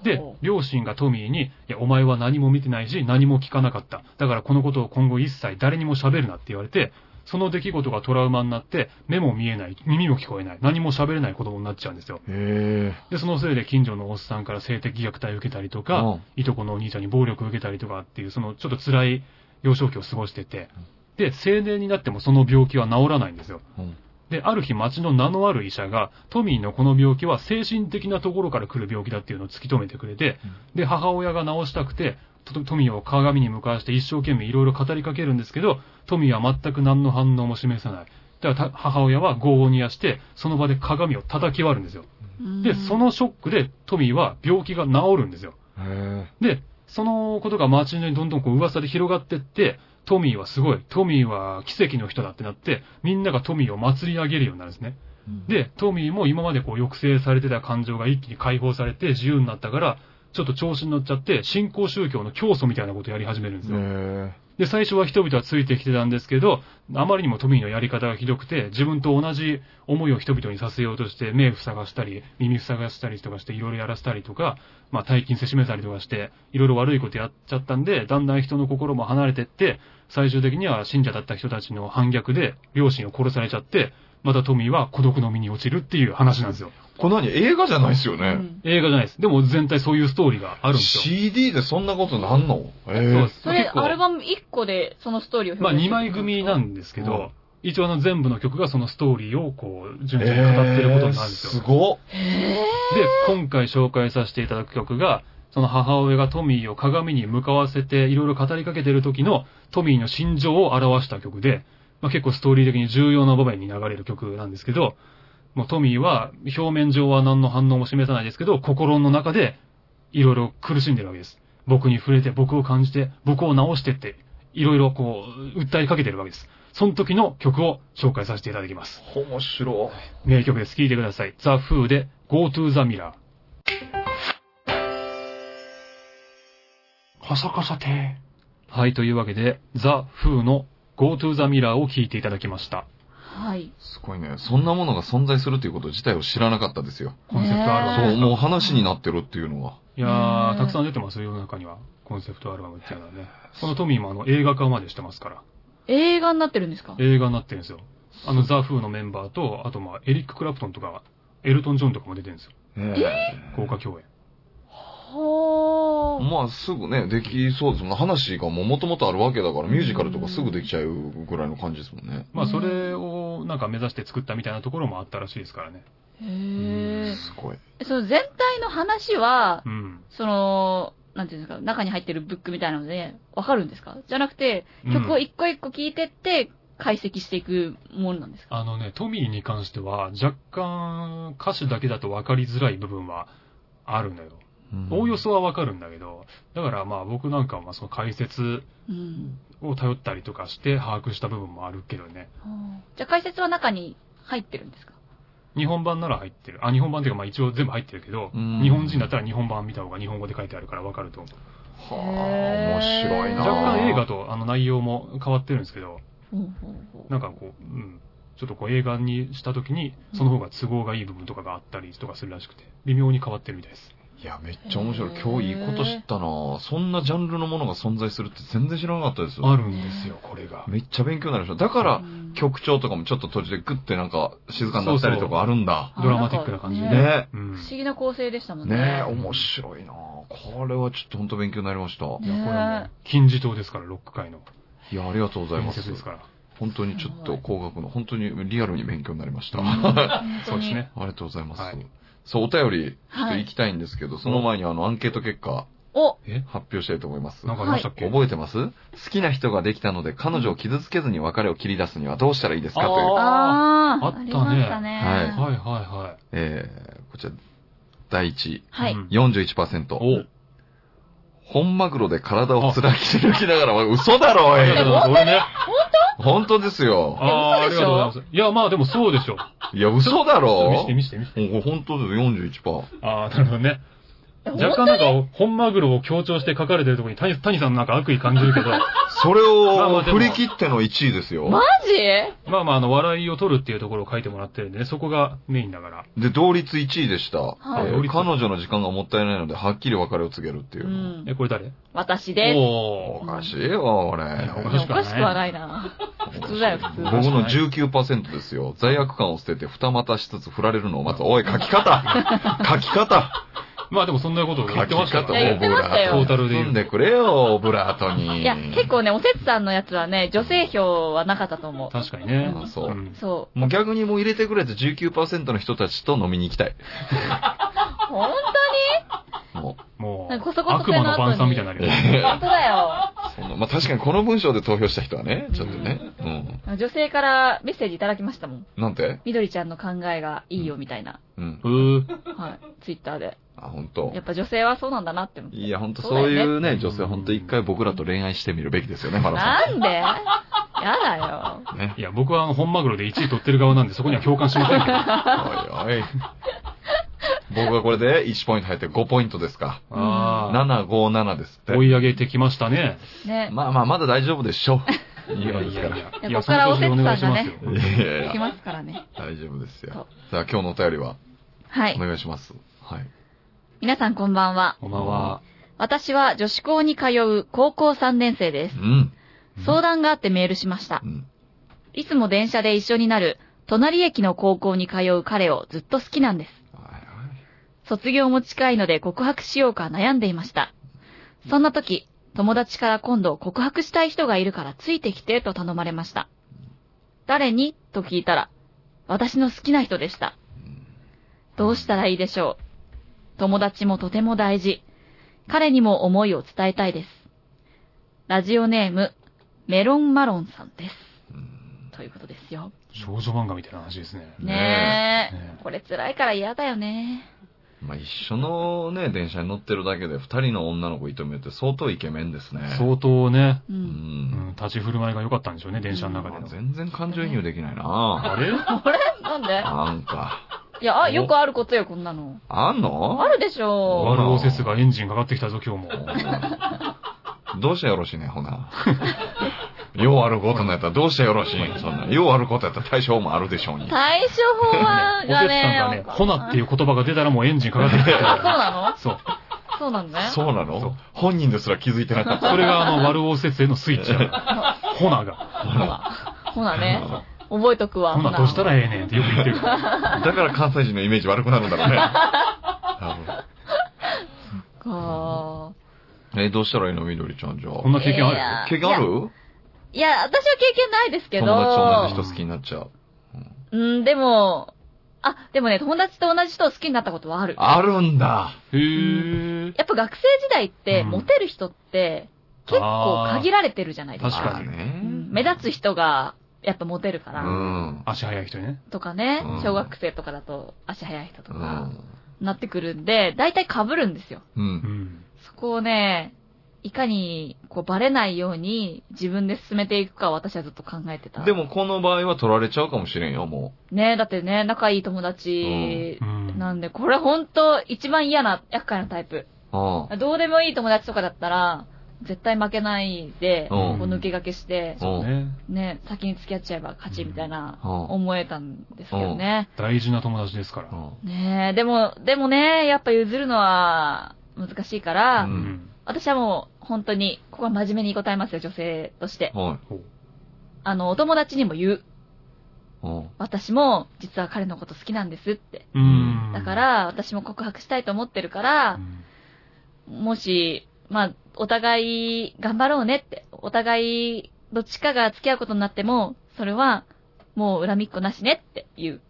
でほ、両親がトミーに、いや、お前は何も見てないし、何も聞かなかった。だからこのことを今後一切誰にも喋るなって言われて、その出来事がトラウマになって、目も見えない、耳も聞こえない、何も喋れない子供になっちゃうんですよ。へえ。で、そのせいで近所のおっさんから性的虐待を受けたりとか、うんいとこのお兄ちゃんに暴力を受けたりとかっていう、そのちょっと辛い幼少期を過ごしてて、で、青年になってもその病気は治らないんですよ。うんで、ある日町の名のある医者が、トミーのこの病気は精神的なところから来る病気だっていうのを突き止めてくれて、で、母親が治したくて、トトミーを鏡に向かわして一生懸命いろいろ語りかけるんですけど、トミーは全く何の反応も示さない。だからた母親は業を煮やして、その場で鏡を叩き割るんですよ。で、そのショックでトミーは病気が治るんですよ。へえ。で、そのことが街にどんどんこう噂で広がってって、トミーはすごい、トミーは奇跡の人だってなって、みんながトミーを祭り上げるようになるんですね。で、トミーも今までこう抑制されてた感情が一気に解放されて自由になったから、ちょっと調子に乗っちゃって、新興宗教の教祖みたいなことをやり始めるんですへよ。え。で、最初は人々はついてきてたんですけど、あまりにもトミーのやり方がひどくて、自分と同じ思いを人々にさせようとして、目塞がしたり、耳塞がしたりとかして、いろいろやらせたりとか、まあ、大金せしめたりとかして、いろいろ悪いことやっちゃったんで、だんだん人の心も離れてって、最終的には信者だった人たちの反逆で、両親を殺されちゃって、またトミーは孤独の身に落ちるっていう話なんですよ。これ何映画じゃないですようね。ん映画じゃないです。でも全体そういうストーリーがあるんですよ。 CD でそんなことなんのそえうですそれ、結構アルバム1個でそのストーリーをまあ表2現枚組なでんですけど、一応あの全部の曲がそのストーリーをこう、順序に語ってることになるんですよ。すごっ。す。へで、今回紹介させていただく曲が、その母親がトミーを鏡に向かわせていろいろ語りかけてる時のトミーの心情を表した曲で、まあ、結構ストーリー的に重要な場面に流れる曲なんですけど、もうトミーは表面上は何の反応も示さないですけど、心の中でいろいろ苦しんでるわけです。僕に触れて、僕を感じて、僕を直してって、いろいろこう、訴えかけてるわけです。その時の曲を紹介させていただきます。面白名曲です。聴いてください。ザ・フーで Go to the Mirror。い。カサカサて。はい、というわけで、ザ・フーの Go to the Mirror を聴いていただきました。はい。すごいね。そんなものが存在するということ自体を知らなかったですよ。コンセプトアルあバーム。そう、もう話になってるっていうのが。いやうんー、たくさん出てますよ、世の中には。コンセプトアルバムっていうのはね。このトミーもあの映画化までしてますから。映画になってるんですか映画になってるんですよ。あの、ザ・フーのメンバーと、あとまあ、エリック・クラプトンとか、エルトン・ジョンとかも出てるんですよ。豪華共演。ほー。まあすぐね、できそうですもんね。話がもともとあるわけだから、ミュージカルとかすぐできちゃうぐらいの感じですもんね。まあ、それをなんか目指して作ったみたいなところもあったらしいですからね。へー。すごい。その全体の話は、うん。その、なんていうんですか、中に入ってるブックみたいなので、わかるんですかじゃなくて、曲を一個一個聞いてって、解析していくものなんですか、あのね、トミーに関しては、若干、歌詞だけだと分かりづらい部分はあるのよ。おおよそは分かるんだけど、だからまあ僕なんかはまあその解説うん。を頼ったりとかして把握した部分もあるけどね。じゃあ解説は中に入ってるんですか日本版なら入ってる。あ、日本版っていうかまあ一応全部入ってるけど、うん日本人だったら日本版見た方が日本語で書いてあるから分かると思う。はあ、面白いな若干映画と。とあの内容も変わってるんですけど、ほうほうほうなんかこう、うん。ちょっとこう映画にした時に、その方が都合がいい部分とかがあったりとかするらしくて、微妙に変わってるみたいです。いや、めっちゃ面白い。今日いいこと知ったなそんなジャンルのものが存在するって全然知らなかったですよ。あるんですよ、これが。めっちゃ勉強になりました。だから、うん曲調とかもちょっと途中でグッてなんか静かになったりとかあるんだ。あドラマティックな感じでんかねねうん。不思議な構成でしたもんね。ねえ、面白いなこれはちょっと本当勉強になりました。いや、これはもねう、金字塔ですから、ロック界の。いや、ありがとうござい伝ます説。ですから。本当にちょっと工学の、本当にリアルに勉強になりました。うんあ本当そうにです。ね。りがとうございます。はいそう、お便り、ちょっはとい行。きたいんですけど、その前にあの、アンケート結果、おえ発表したいと思います。なんかありましたっけ、覚えてます好きな人ができたので、彼女を傷つけずに別れを切り出すにはどうしたらいいですかという、あああったねありましたね。ははいはえー、こちら、第1位、はい。うん41%。いはい。お本マグロで体を貫き抜きながら、嘘だろ、おありがとうございまいす。俺ね。本当ですよ。ああー、ありが嘘でしとうございょます。いや、まあでもそうでしょ。いや、嘘だろ。見して見して見して。もうこれ本当ですよ、41%。ああ、なるほどね。若干なんか、本マグロを強調して書かれてるところに谷、谷さんなんか悪意感じるけ <laughs> ど、それまあまあをでも振り切っての1位ですよマ。ジまあまあ、あの、笑いを取るっていうところを書いてもらってるんでね、そこがメインだから。で、同率1位でした。はいえー同率彼女の時間がもったいないので、はっきり別れを告げるっていうう。んえ、。これ誰私です。おおー。かしいよ、俺。おいかやしおかしくはないな。普通だよ、普通。僕の19%ですよ。罪悪感を捨てて二股しつつ振られるのを待つ。おい、書き <laughs> 方書き方まあでもそんなことを言書ってきました方かをら言ね。ってましたよトオータルで言う包んでくれよ、オブラートに。いや、結構ね、おせつさんのやつはね、女性票はなかったと思確かにね。あそううんう。そう。もう逆にもう入れてくれて19%の人たちと飲みに行きたい。本ももう、なんかこそこそ悪魔の晩餐みたいにな <laughs> う。るよね。当にそ本当だよ。のまあ確かにこの文章で投票した人はね、ちょっとね。うん。女性からメッセージいただきましたもん。なんてみどりちゃんの考えがいいよみたいな。うん。うー。はい。ツイッターで。あ、本当やっぱ女性はそうなんだなって思って。いや、本当そうだそうよねいうね、女性本当一回僕らと恋愛してみるべきですよね、マラさなんでやだよ。ん。ね。いや、僕は本マグロで1位取ってる側なんで、そこには共感しま <laughs> せんけど。あおいおい。僕はこれで1ポイント入って5ポイントですか。あ757ですってー、追。い上げてきましたね。ね。まあまあ、まだ大丈夫でしょう。いいいやですいかやら。いいや。いやここからおせそっのさ調子んでお願がねいしますよ。やいいやきますからね。大丈夫ですそうよ。さあ、今日のお便りは、はいお。願いします。はい。皆さんこんばんは。こんばんは。私は女子校に通う高校3年生でうん。うんす。相談があってメールしましたう。ん。いつも電車で一緒になる、隣駅の高校に通う彼をずっと好きなんです。はい卒業も近いので告白しようか悩んでいました。そんな時、友達から今度告白したい人がいるからついてきてと頼まれました。誰にと聞いたら、私の好きな人でした。どうしたらいいでしょう。友達もとても大事。彼にも思いを伝えたいです。ラジオネーム、メロンマロンさんです。ということですよ。少女漫画みたいな話ですね。ねえ。ねこれ辛いから嫌だよね。まあ、一緒のね、電車に乗ってるだけで、二人の女の子射止めって相当イケメンですね。う。相当ね、う。うんうんん。立ち振る舞いが良かったんでしょうね、電車の中でまあの。全然感情移入できないなあれあれなんでなんか。いや、あ、よくあることよ、こんなの。あんあのるでしょワルオセスがエンジンかかってきたぞ、今 <laughs> 日も。どうしてよろしいね、ほな。ようあることのやったらどうしてよろしいそんな。ようあることやったら対象もあるでしょうに。対処法は、お客さだんがねね、。ほなっていう言葉が出たらもうエンジンかかってきあ、そう <laughs> た。なそう。のそうなのね。そうなそうの本人ですら気づいてなかった。それがあの、悪王説へのスイッチだ。ほなが。ほな。ほなね。覚えとくわ。ほなどうしたいらええねんってよく <laughs> 言ってるから。だから関西人のイメージ悪くなるんだろうねいか。多分。え、どうしたらいいのみどりちゃんじゃこんな経験いあやるあ。経験あるいや、私は経験ないですけど、友達と同じ同人好きになっちゃう。うん、でも、あ、でもね、友達と同じ人を好きになったことはある。あるんだ。へー。やっぱ学生時代って、うんモテる人って、結構限られてるじゃないですか。確かにまあうね。ん目立つ人が、やっぱモテるかうら。ん。足早い人ね。とかねうん、小学生とかだと足早い人とうか、ん。なってくるんで、大体被るんですよ。う。うんん。そこをね、いかに、こう、バレないように、自分で進めていくか私はずっと考えてた。でもこの場合は取られちゃうかもしれんよ、もね、だってね、仲いい友達う、ん。なんで、これほんと、一番嫌な、厄介なタイプ。う。うん。どうでもいい友達とかだったら、絶対負けないで、うこんう抜け駆けして、うん。ね。ね、先に付き合っちゃえば勝ちみたいな、うん思えたんですけどね。大事な友達ですから。ねえ、でも、でもね、やっぱ譲るのは難しいから、ううんん。私はもう本当に、ここは真面目に答えますよ、女性として。はい。あの、お友達にも言う。うん。私も、実は彼のこと好きなんですって。うん。だか、ら、私も告白したいと思ってるから、もし、まあ、お互い頑張ろうねって。お互い、どっちかが付き合うことになっても、それは、もう恨みっこなしねって言う。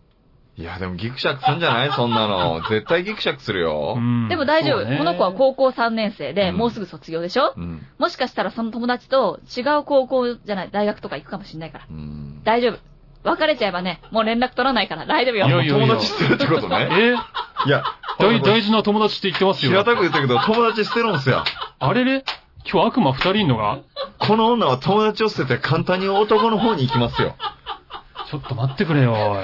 いや、でもギクシャクすんじゃないそんなの。絶対ギクシャクするよ。でも大丈夫。この子はう高校3年生で、うんもうすぐ卒業でしょうん。もしかしたらその友達と違う高校じゃない、大学とか行くかもしんないから。うん。大丈夫。別れちゃえばね、もう連絡取らないから大丈夫いやよ。いやいや友達してるってことだね。ね。いや、大大事な友達って言ってます平よ。たく言ったけど、友達捨てるんすや。あれれ今日悪魔二人いんのがこの女は友達を捨てて簡単に男の方に行きますよ。ちょっと待ってくれよ、おい。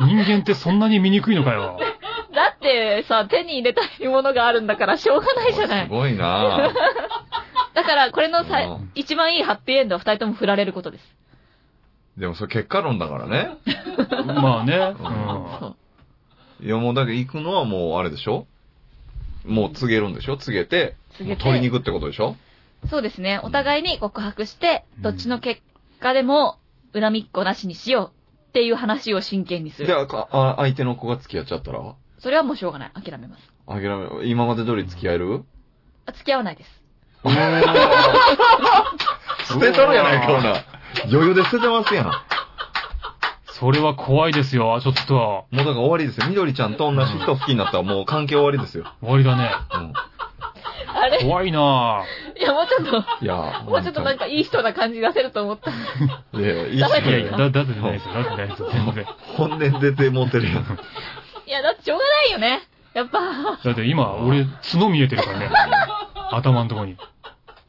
人間ってそんなに醜いのかよ。だってさ、手に入れたいものがあるんだからしょうがないじゃなすい。ごいなぁ。だから、これのさうん一番いいハッピーエンドは二人とも振られることです。でもそれ結果論だからね。まあね。そうんう。いやもうだけど行くのはもうあれでしょもう告げるんでしょ告げて、告げてもう取りに行くってことでしょそうですね。お互いに告白して、うんどっちの結果でも恨みっこなしにしようっていう話を真剣にすで、る。あかあ相手の子が付き合っちゃったらそれはもうしょうがない。諦めます。諦め、今まで通り付き合えるあ付き合わないです。捨てたるやないか、ほな。余裕で捨ててますやん。もそれは怖いですよ、ちょっと。うだから終わりですよ。緑ちゃんと同じ人好きになったらもう関係終わりですよ。終わりだね。うん。あれ怖いないや、もうちょっと、いや、もうちょっとなんかいい人な感じ出せると思った。いや、いいぁ。人いやいや、よ。だ、だってないですよ、だってないですよ、全然。本音出てモテるやん。いや、だってしょうがないよね。やっぱ。だって今、俺、角見えてる <laughs> からね。頭のとこに。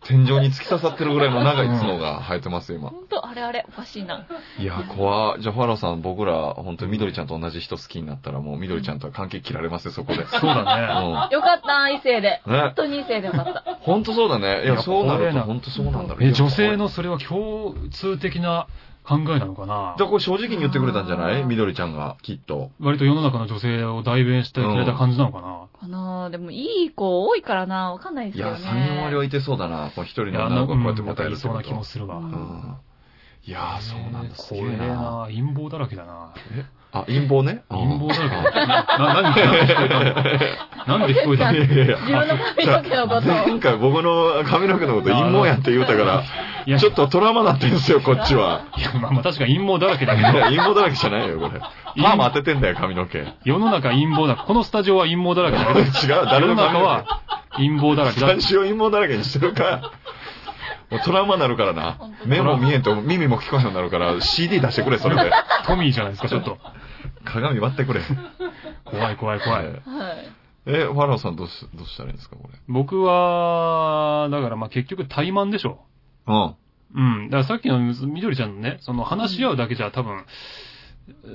天井に突き刺さってるぐらいの長い角が生えてますよ、今。ほんと、あれあれ、おかしいな。いや、怖いじゃあ、ファラーさん、僕ら、本当に緑ちゃんと同じ人好きになったら、もう緑ちゃんとは関係切られますよ、そこで。そうだね。うよかった、異性で。ん。本ね。当に異性でよかった。本当そうだね。いいやや、そうな怖るいと、な本当そうなんだろうえ、女性。のそれは共通的な考えなのかなだからこれ正直に言ってくれたんじゃない緑ちゃんが、きっと。割と世の中の女性を代弁してくれた感じなのかな、かなぁでもいい子多いからなわかんないでいすよや、ね。 3、4割はいてそうだな。この一人いのや、女のなん子か、がこううん、なんかやって持たれいるってそうこなと気もするわ。ううん。いやー、そうなんだ。すげ怖ええな。な陰謀だらけだなあ、陰謀ね。陰謀だらけ <laughs> うだんな。な、何聞こえたなんで聞こえたいやいや自分の髪の毛のこと <laughs> 前回僕の髪の毛のこと陰謀やって言うたかいや <laughs> ら、ちょっとトラウマなってんすよ、こっちは。いや、まあまあ確かに陰謀だらけだいけ <laughs> やど、陰謀だらけじゃないよ、これ。パーマ当ててんだよ、髪の毛。違う、世の中陰謀だらけ。このスタジオは陰謀だらけだけど、世誰のの中髪のは陰謀だら毛。けだ。 <laughs> 三種を陰謀だらけにして <laughs> るか。もうトラウマなるからな本当。だ目も見えんと耳も聞こえんようになるから、CD 出してくれ、それで。トミーじゃないですか、ちょっと。 <laughs> 鏡割っ <laughs> てくれ。怖い怖い怖い。はい。え、ファラオさんどうし、どうしたらいいんですか、これ。僕は、だからまあ結局怠慢でしょ。うん。うん。だからさっきのみどりちゃんのね、その話し合うだけじゃ多分、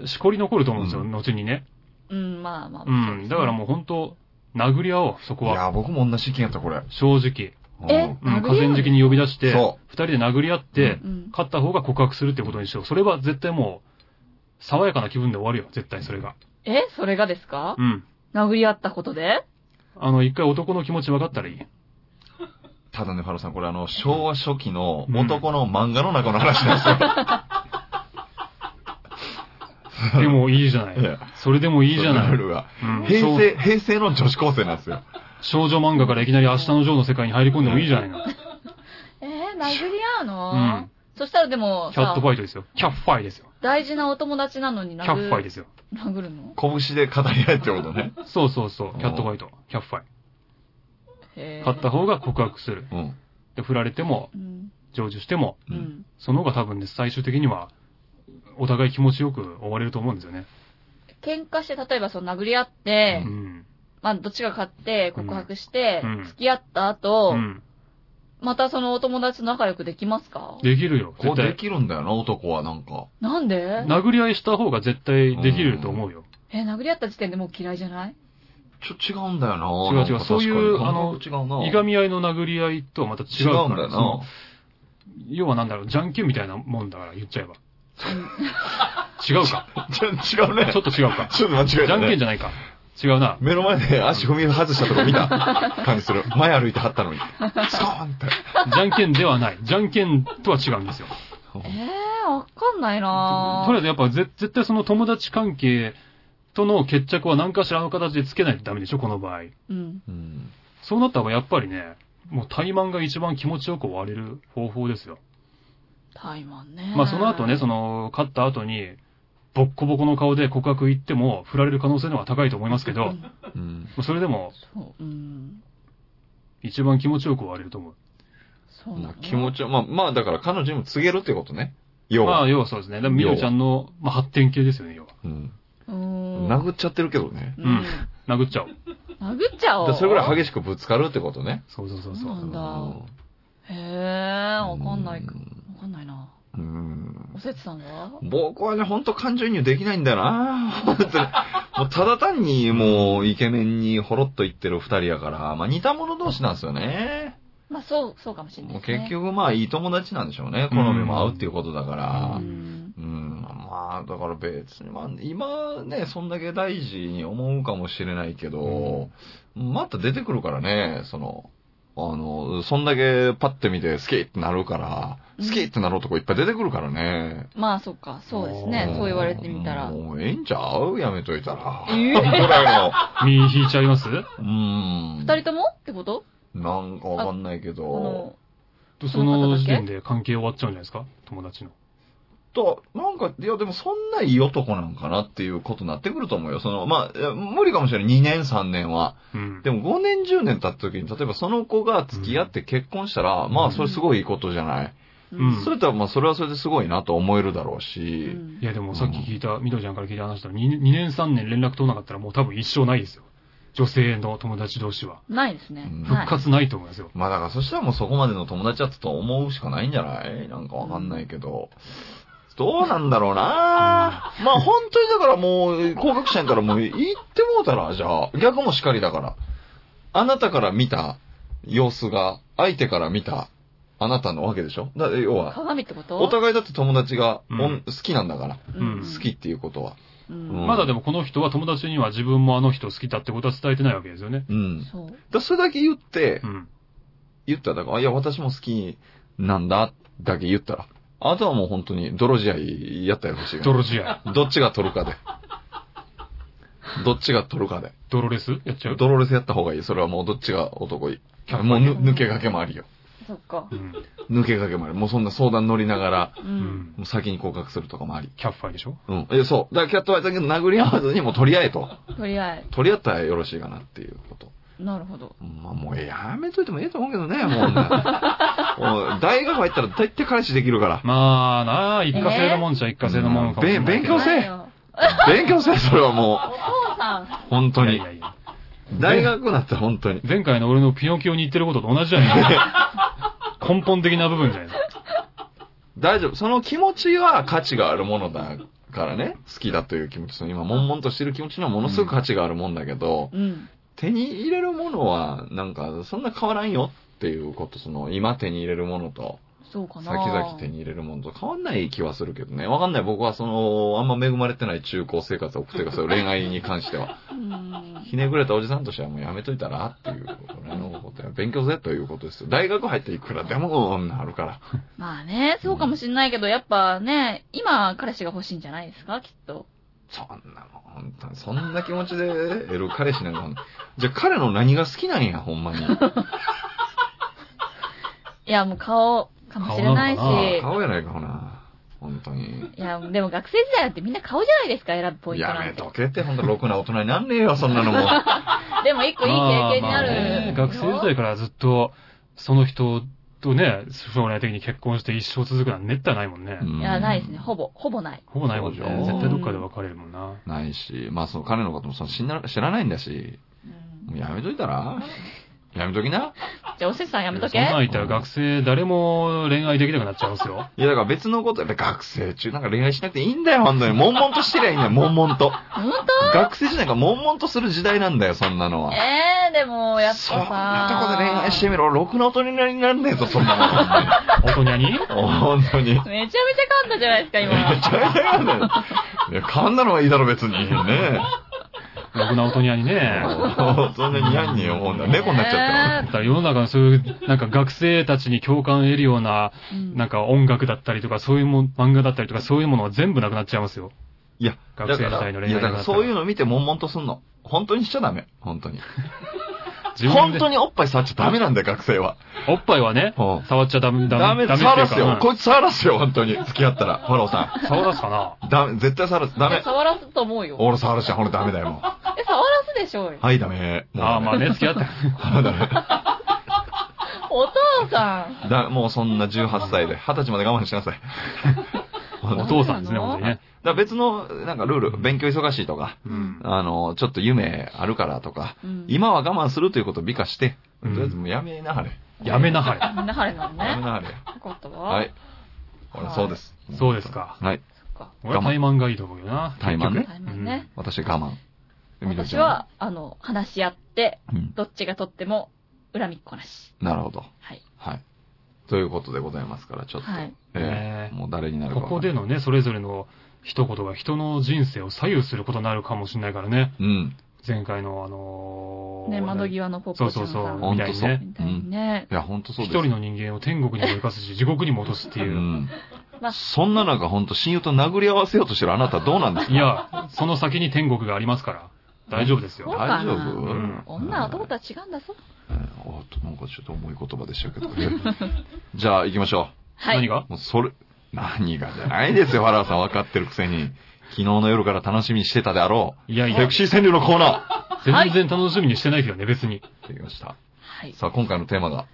しこり残ると思うんですよ、うん後にね。うん、まあまあ。うん。だからもう本当、殴り合おう、そこいは。や、僕も同じ意見やった、これ。正直。えうん、殴河り合う川敷に呼び出して、そ二人で殴り合って、うん。勝った方が告白するってことにしよう。それは絶対もう、爽やかな気分で終わるよ、絶対それが。えそれがですかうん。殴り合ったことであの、一回男の気持ち分かったらいい。ただね、ファロさん、これあの、昭和初期の男の漫画の中の話なんですよ。でもいいじゃない <laughs> いや。それでもいいじゃなルーい。ルが。うん平そう成、平成の女子高生なんですよ。少女漫画からいきなり明日のジョーの世界に入り込んでもいいじゃない <laughs> の。えー、殴り合うの、うんそしたらでもキャッさト、ファイトですよ。キャッファイですよ。大事なお友達なのキにャッファイ殴ですよ。殴るの拳で語り合えってことね。そうそうそう。キャットファイト。キャッファイ。へー勝った方が告白する。うん。で、振られても、うん。成就しても、ううんん。その方が多分ね、最終的には、お互い気持ちよく終われると思うんですよね。喧嘩して、例えばその殴り合って、うん。まあどっちが勝って告白して、うん付き合った後、うん。またそのお友達と仲良くできますかできるよ。こ絶うで対。きるんだよな、男はなんか。なんで殴り合いした方が絶対できると思うよ。え、殴り合った時点でもう嫌いじゃないちょ、違うんだよな。違うなんか違うそういう確かに感覚違うないがみ合いの殴り合いとはまた違違うから。うんだよそのな。要はなんだろう、じゃんけんみたいなもんだから言っちゃえば。違うか。ちょ違うね。 <laughs> ちょっと違うか。ちょっと間違えた、ね。じゃんけんじゃないか。違うな。目の前で足踏み外したとこ見た感 <laughs> じする。前歩いてはったのに。スコーンって。じゃんけんではない。じゃんけんとは違うんですよ。えー、わかんないなとりあえずやっぱぜ絶対その友達関係との決着は何かしらの形でつけないとダメでしょ、この場合。うん。うん。そうなったらやっぱりね、もう怠慢が一番気持ちよく終われる方法ですよ。タイマンね。まあその後ね、その、勝った後に、ボッコボコの顔で告白行っても、振られる可能性の方が高いと思いますけうどん、うん。それでも、そう、うん。一番気持ちよく終われると思う。そうなの気持ちは、まあ、まあ、だから彼女にも告げるってことね。要まは。あ、要はそうですね。でも、みるちゃんの、まあ、発展系ですよね、要は。うん。うーん。おー殴っちゃってるけどね。うん。殴っちゃおう。殴っちゃおだかう。らそれぐらいし激しくぶつかるってことね。そうそうそうそそうなう。んだ。へえ、わかんないか。わかんないな。うん。おせつさんは僕はね、ほんと感情移入できないんだよな <laughs> 本当に。もうただ単にもうイケメンにほろっと言ってる二人やから、まあ似た者同士なんですよね。まあ、そう、そうかもしれないもうですね。結局まあいい友達なんでしょうね。好みも合うっていうことだから。ううんん。まあ、だから別に、まあ、今ね、そんだけ大事に思うかもしれないけど、また出てくるからね、その、あの、そんだけパッて見て好きってなるから、うん好きってなるとこいっぱい出てくるからね。まあ、そうか。そうですおねー。そう言われてみたら。もうええんちゃうやめといたら。え <laughs> ぐーら身引いちゃいますいの。うーん。二人ともってことなんかわかんないけあど。の、とそその方のだけ時点で関係終わっちゃうんじゃないですか友達の。と、なんか、いやでもそんないい男なんかなっていうことになってくると思うよ。その、まあいや、無理かもしれない。2年、3年は。うん。でも5年、10年経った時に、例えばその子が付き合って結婚したら、まあそれすごいいいことじゃない。うんそれとはまあそれはそれですごいなと思えるだろうし。うんいやでもさっき聞いた、みどりちゃんから聞いた話だと 2, 2年3年連絡取らなかったらもう多分一生ないですよ。女性の友達同士は。ないですねう。んは復い。活ないと思いますよ。まあだからそしたらもうそこまでの友達だったと思うしかないんじゃないなんかわかんないけど。どうなんだろうなまあ本当にだからもう、高学者やからもう言ってもうたら、じゃあ、逆もしかりだから。あなたから見た様子が、相手から見たあなたのわけでしょだ要は、鏡ってことお互いだって友達が、うんおん好きなんだから、うん好きっ。ていうことは。うんうんまだでもこの人は友達には自分もあの人好きだってことは伝えてないわけですよね。うん。だかそう。らそれだけ言ってう、ん。言ったら、だから、いや、私も好きなんだ、だけ言ったら。あとはもう本当に泥仕合やったらほしいよね泥試合。どっちが取るかで。どっちが取るかで。泥レスやっちゃう。泥レスやった方がいい。それはもうどっちが男いい。もうぬ抜け駆けもありよ。そっかう。ん。抜け駆けもあり。もうそんな相談乗りながら、うう。んん。もう先に告白するとかもあり。キャッファイでしょうん。え、そう。だからキャットはだけど殴り合わずにもう取り合えと。とりあえ取り合ったらよろしいかなっていうこと。ず。なるほど。まあもうやめといてもええと思うけどね、もうね。もう大学入ったら大体彼氏できるから。まあなあ、一過性のもんじゃ一過性のもんかもしれないけど。勉強せえないよ <laughs> 勉強せ、それはもお父さん。う。本当いやいに。やいや。大学なったら本当に。前回の俺のピノキオに言ってることと同じじゃない <laughs> ですか。根本的な部分じゃないですか。大丈夫。その気持ちは価値があるものだからね。好きだという気持ち、その今、悶々としてる気持ちにはものすごく価値があるもんだけど、うん。手に入れるものは、なんか、そんな変わらんよっていうこと、その、今手に入れるものと、そうか先な。々手に入れるものと変わんない気はするけどね。わかんない。僕はその、あんま恵まれてない中高生活を送ってるから、そういう恋愛に関しては。うん。ひねくれたおじさんとしてはもうやめといたらっていうことね。のことや勉強せということですよ。大学入っていくらでもうんなるから。まあね、そうかもしんないけど、やっぱね、今、彼氏が欲しいんじゃないですか、きっと。そんなもん、本当に。そんな気持ちで得る彼氏なんか。じゃあ彼の何が好きなんや、ほ <laughs> んまに。いや、もう顔かもしれないし。顔なのか顔やないかほな。本当に。いや、でも学生時代だってみんな顔じゃないですか、選ぶポイントやなめんてと。けって、ほんと、ろくな大人になんねえよ、そんなの <laughs> も。でも一個いい経験になまあまあねる。学生時代からずっと、その人とね、将来的に結婚して一生続くなんてめったにないもんね。うんいや、ないですね。ほぼ、ほぼない。ほぼないもんね。そうじゃん絶対どっかで別れるもんな。ないし、まあその彼のこともその知んな知らないんだし、うんもうやめといた <laughs> らやめときな。じゃあ、おせつさんやめとそけん。なん言ったら学生誰も恋愛できなくなっちゃうんです <laughs> よ。いや、だから別のこと、やっぱ学生中なんか恋愛しなくていいんだよ、本当に。悶々としてりゃいいんだよ、悶々と。 <laughs> 本学生時代が悶々とする時代なんだよ、そんなの当は。ええー、でも、やっぱさ。そんなとこで恋愛してみろ、ろくな大人になんねえぞ、そんなの大人に。本当 <laughs> に。本めちゃめちゃ噛んだじゃないですか、当に。め今。ちゃめちゃ嫌なんだよ。いや、噛んだのはいいだろ、別に。ねろくな大人にね。そんなにやんに思うんだ。猫になっちゃったからだから世の中のそういう、なんか学生たちに共感を得るような、うんなんか音楽だったりとか、そういうもん漫画だったりとか、そういうものは全部なくなっちゃいますよ。いや、学生時代の恋愛いや、だかだらったそらういうの見て悶々とすんの。本当にしちゃダメ。本当に。自分本で当、におっぱい触っちゃダメなんだよ、学生は。おっぱいはねうん、触っちゃダメ、ダメ、ダメ、ダメ触らってすいうかよ。こいつ触らすよ、本当に。付き合ったら。ファローさ。うん触らすかなんダメ、絶対触らす。ダいやメ。触らすと思うよ。俺触らしちゃ、ほらダメだよ、もう。え、触らすでしょうよ。はい、ダメ。もうああ、まあね、付き合 <laughs> って。 <laughs> お父さん。だ、もうそんな18歳で、20歳まで我慢しなさい。そう <laughs> おだ父さんですね、そうなの本当にね。ら別の、なんかルール、勉強忙しいとか、うん。あの、ちょっと夢あるからとか、うん、今は我慢するということを美化して、うとんりあえずもうやめなはれ。やめなはれ。みんな晴れなのね。やめなはれ。よかったわ。はい。俺そうです。そうですか。はい。そっか。俺は怠慢がいいと思うよな。怠慢ね結大局変ね。。私我慢。みどり私ちゃん、は、あの、話し合って、うん。どっちが取っても、恨みっこなし。なるほど。はい。はい。ということでございますから、ちょっと。はいねええもう誰になうんるかこわこかでんないのね、それぞれの一言が人の人生を左右することになるかもしれないからね。うん。前回のあのーね、窓際のポップちゃんさそうそんうそうみたいにね。みたいにね。いや、ほんとそう一ですよ。人の人間を天国にも生かすし、地獄にも落とすっていうう。んまあそんな中、ほんと親友と殴り合わせようとしてるあなたどうなんですかいや、その先に天国がありますから、大丈夫です <laughs> そうよ。かな大丈夫うん女は男とは違うんだぞ。うんおっと、なんかちょっと重い言葉でしたけど。 <laughs> じゃあ、行きましょはい。何うが。もうそれ、何がじゃないですよ、原田さん分かってるくせに。昨日の夜から楽しみにしてたであろいやう。いセやク、シー川柳のコーナ全然楽しみにしてないけどね、別に。ーできました。はい。さあ、今回のテーマが、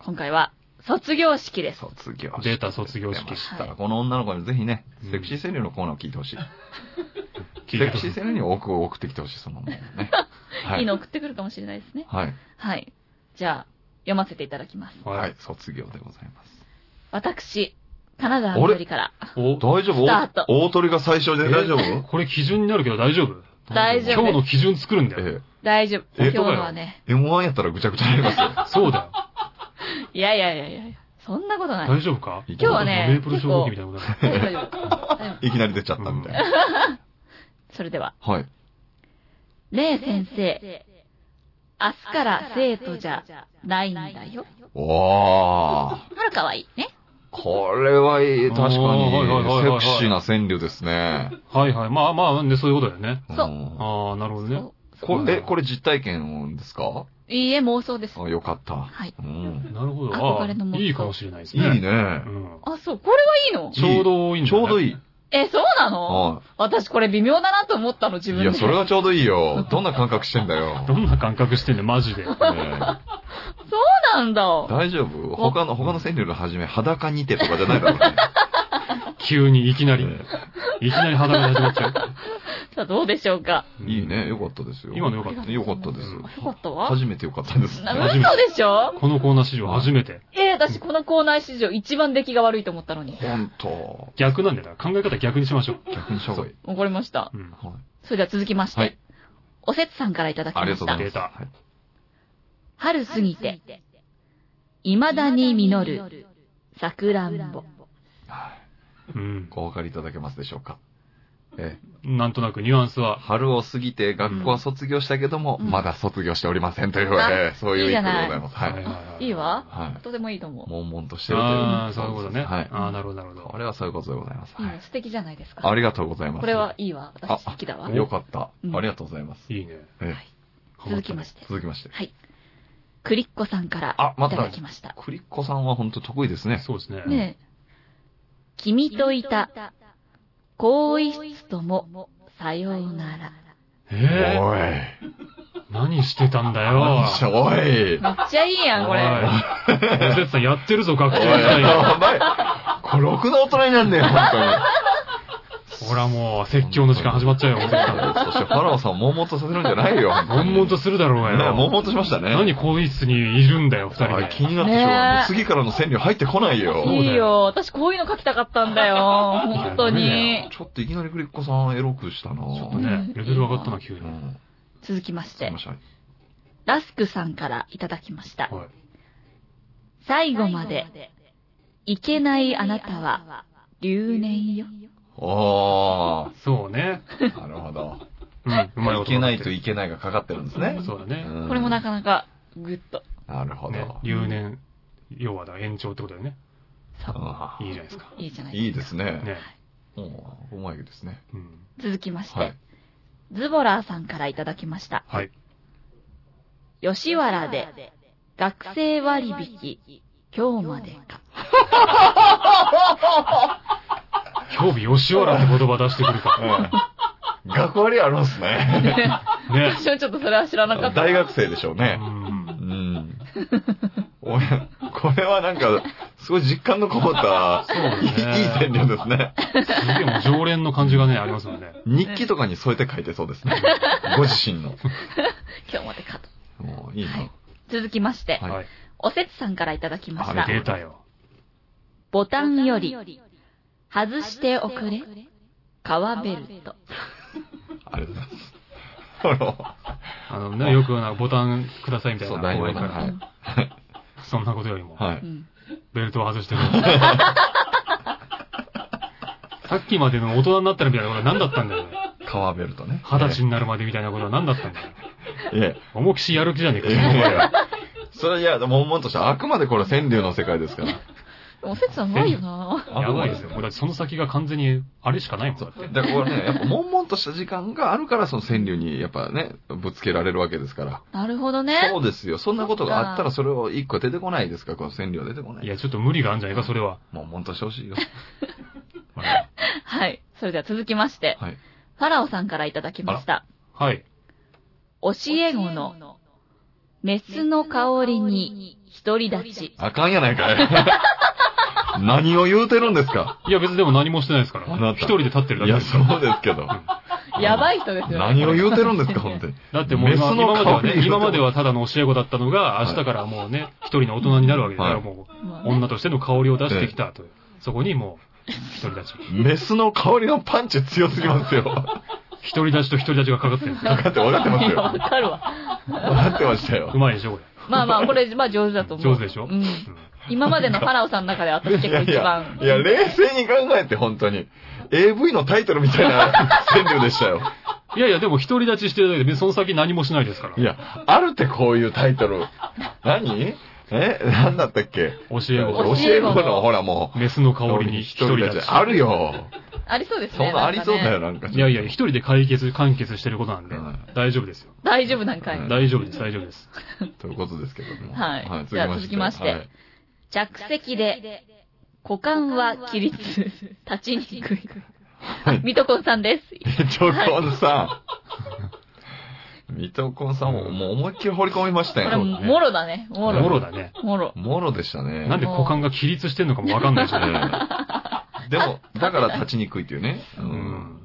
今回は、卒業式です。卒業式。出た卒業式出ましはた。いこの女の子にぜひねうん、セクシー川柳のコーナーを聞いてほしい。聞いセてクシー川柳に多く送ってきてほしい、そのもん <laughs> ね。はいいの送ってくるかもしれないですね。はい。はい。じゃあ、読ませていただきます。ははいい。、卒業でございます。私、金沢みどりから、お、大丈夫スタート大鳥が最初で大丈夫これ基準になるけど大丈夫大丈夫今日の基準作るんだよ。え大丈夫。え今日のはね。え、M1 やったらぐちゃぐちゃになりますよ。そう <laughs> だよ。いやいやいやいやいやそんなことない。大丈夫か今日はねメープル消防器みたいなことだ大丈夫。大丈 <laughs> 夫いきなり出ちゃったみたいな。それでは、はい。レイ先先生、生、明日明日かからら生生徒徒じじゃゃなないいんんだだよよ。。おー。あら、かわいいね。これはいい、確かにおーはいはいはいはいは。いセクシーな川柳ですね。はいはい。まあまあ、ね、そういうことだよね。そうんああ、なるほどね。これ、え、これ実体験ですかいいえ、妄想です。あ、よかった。はい。うん。なるほど。憧あれのあ、モットーいいかもしれないですいいね。ねう。ん。あ、そう、これはいいのちょうどいいんちだねょうどいい。え、そうなのは私これ微妙だなと思ったの、自い。分いで。や、それがちょうどいいよ。どんな感覚してんだよ。どんな感覚してんねマジで。ねえそうなんだ。大丈夫他の、他の川柳の始め、裸にてとかじゃないだろうね。急にいきなり、えいきなり裸で始まっちゃう。さあ、どうでしょうか。え <laughs> いいね。よかったですよ。今のよかったよかったです。よかったわ初めてよかったです。な嘘でしょこのコーナー史上初めて。え、私この校内史上一番出来が悪いと思ったのに。本当。逆なんだよな。考え方逆にしましょう。逆にしょぼい。怒りました。うん。はいそれでは続きまして、はいおせつさんからいただきまありがとしうごたざい。出ます。たはい春過過ぎぎてて、、未だ肌にに実実るる、さくら田んんぼぼ。。うん。お分かりいただけますでしょうか。えなんとなくニュアンスは。春を過ぎて学校は卒業したけども、うんまだ卒業しておりませんという、あええそういういい意じゃ味でないございます。はい。はいいわはい。とてもいいと思う。悶々としてるという。ああ、そういうことね。はい。ああ、なるほど、なるほあど。れはそういうことでございます。いいはねい。素敵じゃないですか。ありがとうございます。これはいいわ。私あ好きだわあ。よかった。うんありがとうございます。いいね。ええ続きまして。続きまして。はい。クリッコさんからあまいたただきました。クリッコさんは本当得意ですね。そうですね。ねえ。君とといいたた、更更衣衣室室とともも、ささよよううなならら。。えおい。え何してたんだよ。おい。めっちゃいいやん、これ。おい。おせつさんやってるぞ、学お校い、時代。やばい。これ、ろくな大人になんねよ、本ほらもう、説教の時間始まっちゃうよ、お当せに。つさ <laughs> ん。そして、ファラオさんを悶々とさせるんじゃないよ。悶々とするだろうがねよ。悶々としましたね。何更衣室にいるんだよ、二人あで。気になっねえてしょうがない。もう次からの川柳入ってこないよ。うだよいいよ。私こういうの書きたかったんだ <laughs> よ。本当いやに。ちょっといきなりクリッコさんエロくしたなちょっとね、レベル上がったな、急に。うはい。ん。続きましすいてま、せんラスクさんからいただきました。最最後後ままでで、、いけいけなないいああななたたはは、留留年年よよ。。おそうね。ー。なるほど。うん、うまいいこと。けないといけないがかかってるんですね。そうだね。うんこれもなかなか、グッと。なるほど。ね留年、要はだから延長ってことだよね。あいいーじゃないですか。いいじゃないいでいすか。ですね。ね。うんうまいですね。うん。続きまして、はい。ズボラーさんからいただきました。はい。吉わ原らで、で、学学生生割割引、引、今日までか。今日吉原って言葉出してくる <laughs> か。うん学割あるんすね。ね。私はちょっとそれは知らなかった。大学生でしょうね。うんうん。おやこれはなんか、すごい実感のこもった、そういいですねいい川柳ですね。すげえもう常連の感じがね、ありますよね。日記とかに添えて書いてそうです <laughs> ね。ご自身の。今日もでかと。もういいはいな。続きまして、はいはい。おせつさんからいただきましあたれ。出たよ。ボタタンンよよりり、外外ししてておおくくれれ、、カアワベベルルトト。。ありがとうございます。 <laughs> あの、あのね、よくなんかボタンくださいみたいな。そう、大応丈援夫かかな。はらい。そんなことよりも、はうい。んベルトを外してくだ <laughs> さいさっきまでの大人になったらみたいなことは何だったんだよね。革ベルトね。二十歳になるまでみたいなことは何だったんだよ。いえ。重きしやる気じゃねえかい。やいやそれいや、もんもんとした、あくまでこれ川柳の世界ですから。 <laughs> おせつさんうまいよ <laughs> なあやばいですよ。もうだってその先が完全に、あれしかないもんだって。だからこれね、やっぱ、悶々とした時間があるから、その川柳に、やっぱね、ぶつけられるわけですから。なるほどねそ。うですよ。そんなことがあったら、それを一個出てこないですから、この川柳は出てこないい。や、ちょっと無理があるんじゃないか、それは。悶々として <laughs> ほしいよ。ほらはい。それでは続きまして、はい。ファラオさんからいただきました。はい。教教ええ子子のの、メス酢のの香香りりにに、独り独立りち立。あかんやないかい。 <laughs> 何を言うてるんですかいや、別にでも何もしてないですかあなら。た一人で立ってるだいけや、ですそようですけど。やばい人ですよね。何を言うてるんですか、本当に。だってもう今メスの今までは香りね、今まではただの教え子だったのが、明日からもうね、一人の大人になるわけですから、はいもう、まあね女としての香りを出してきたという。そこにもう、独り立ち。メスの香りのパンチ強すぎますよ。分独り立ちと独り立ちがかかってるんですよ。かって、分かってますいやわよ。かるわ。分かってましたよう。まいでしょ、こまあまあ、これ、まあ上手だと思う。上手でしょうん。れ。うん今までのファラオさんの中で私結構一番い。や、いや冷静に考えて、本当に。AV のタイトルみたい <laughs> な川柳でしたよ。いやいや、でも独り立ちしてるだけで、その先何もしないですから。いや、あるってこういうタイトル。何え何だったっけ教教ええ子と、教え子子の、ほらもう。メスの香りに一独人り立立ちち。。あるよ。あり <laughs> そうですね。そんなありそうだよ、ね。なんか。いやいや、一人で解決、完結してることなんではい、大丈夫ですよ。大丈夫なんかい。うん大丈夫です、大丈夫です。ということですけども。はいじゃあ続きましてはい着席席で、で、股間は起立、立ちにくい。はいミトコンさんです。水戸黄さ <laughs> ん。水戸黄さんも、もう思いっきり掘り込みましたこれよ。ねもろだね。もろ。もろだね。もろ。もろでしたね。なんで股間が起立してんのかもわかんないしね。ええでも、だから立ちにくいっていうね。う。うんん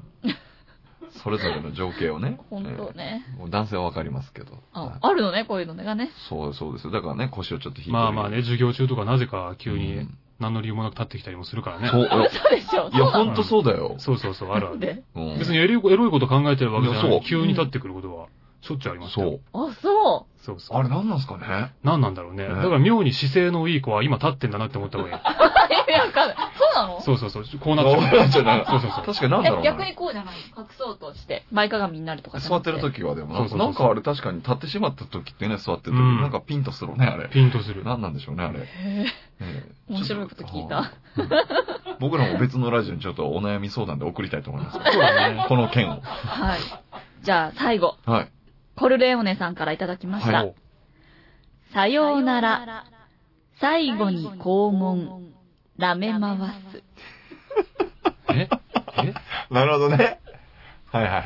それぞれの情景をね。本当ね。ええもう男性はわかりますけど。はあいあるのね、こういうのがね。そうそうですよ。だからね、腰をちょっと引いて。まあまあね、。授業中とかなぜか急うにん何の理由もなく立ってきたりもするからね。 <laughs> そう。そうでしょ。いや、そうほんとそうだよ。そうそうそう、あるあなんる。でうん別にエロいエロいこと考えてるわけじゃないいやそう急に立ってくることは、しょっちゅうありますそよ。う。あ、そそうそう。あれ何なんすかね何なんだろうね。えだから妙に姿勢のいい子は今立ってんだなって思った <laughs> 方がいい。う。え、わかんない。そうなのそうそうそう。こうなっちゃう。 <laughs> なっちゃうなそうそうそう確かに何だろうえ、な逆にこうじゃないの隠そうとして、前かがみになるとかじゃ座なってくる時はでもそうそうなんか、そうなんかあれ確かに立ってしまった時ってね、座ってる時、うんなんかピンとするね、あれ。ピンとする。何なんでしょうね、あれ。へええー面白いこと聞い。。ちょったとうん僕らも別のラジオにちょっとお悩み相談で送りたいと思います。そうだね。この件を。はい。じゃあ、最後。はい。コルレオネさんからいただきましはたい。ささよよううななら。ら、最最後後にに肛肛門、門、舐め目回回すす。。ええなるほどね。はいはいはい。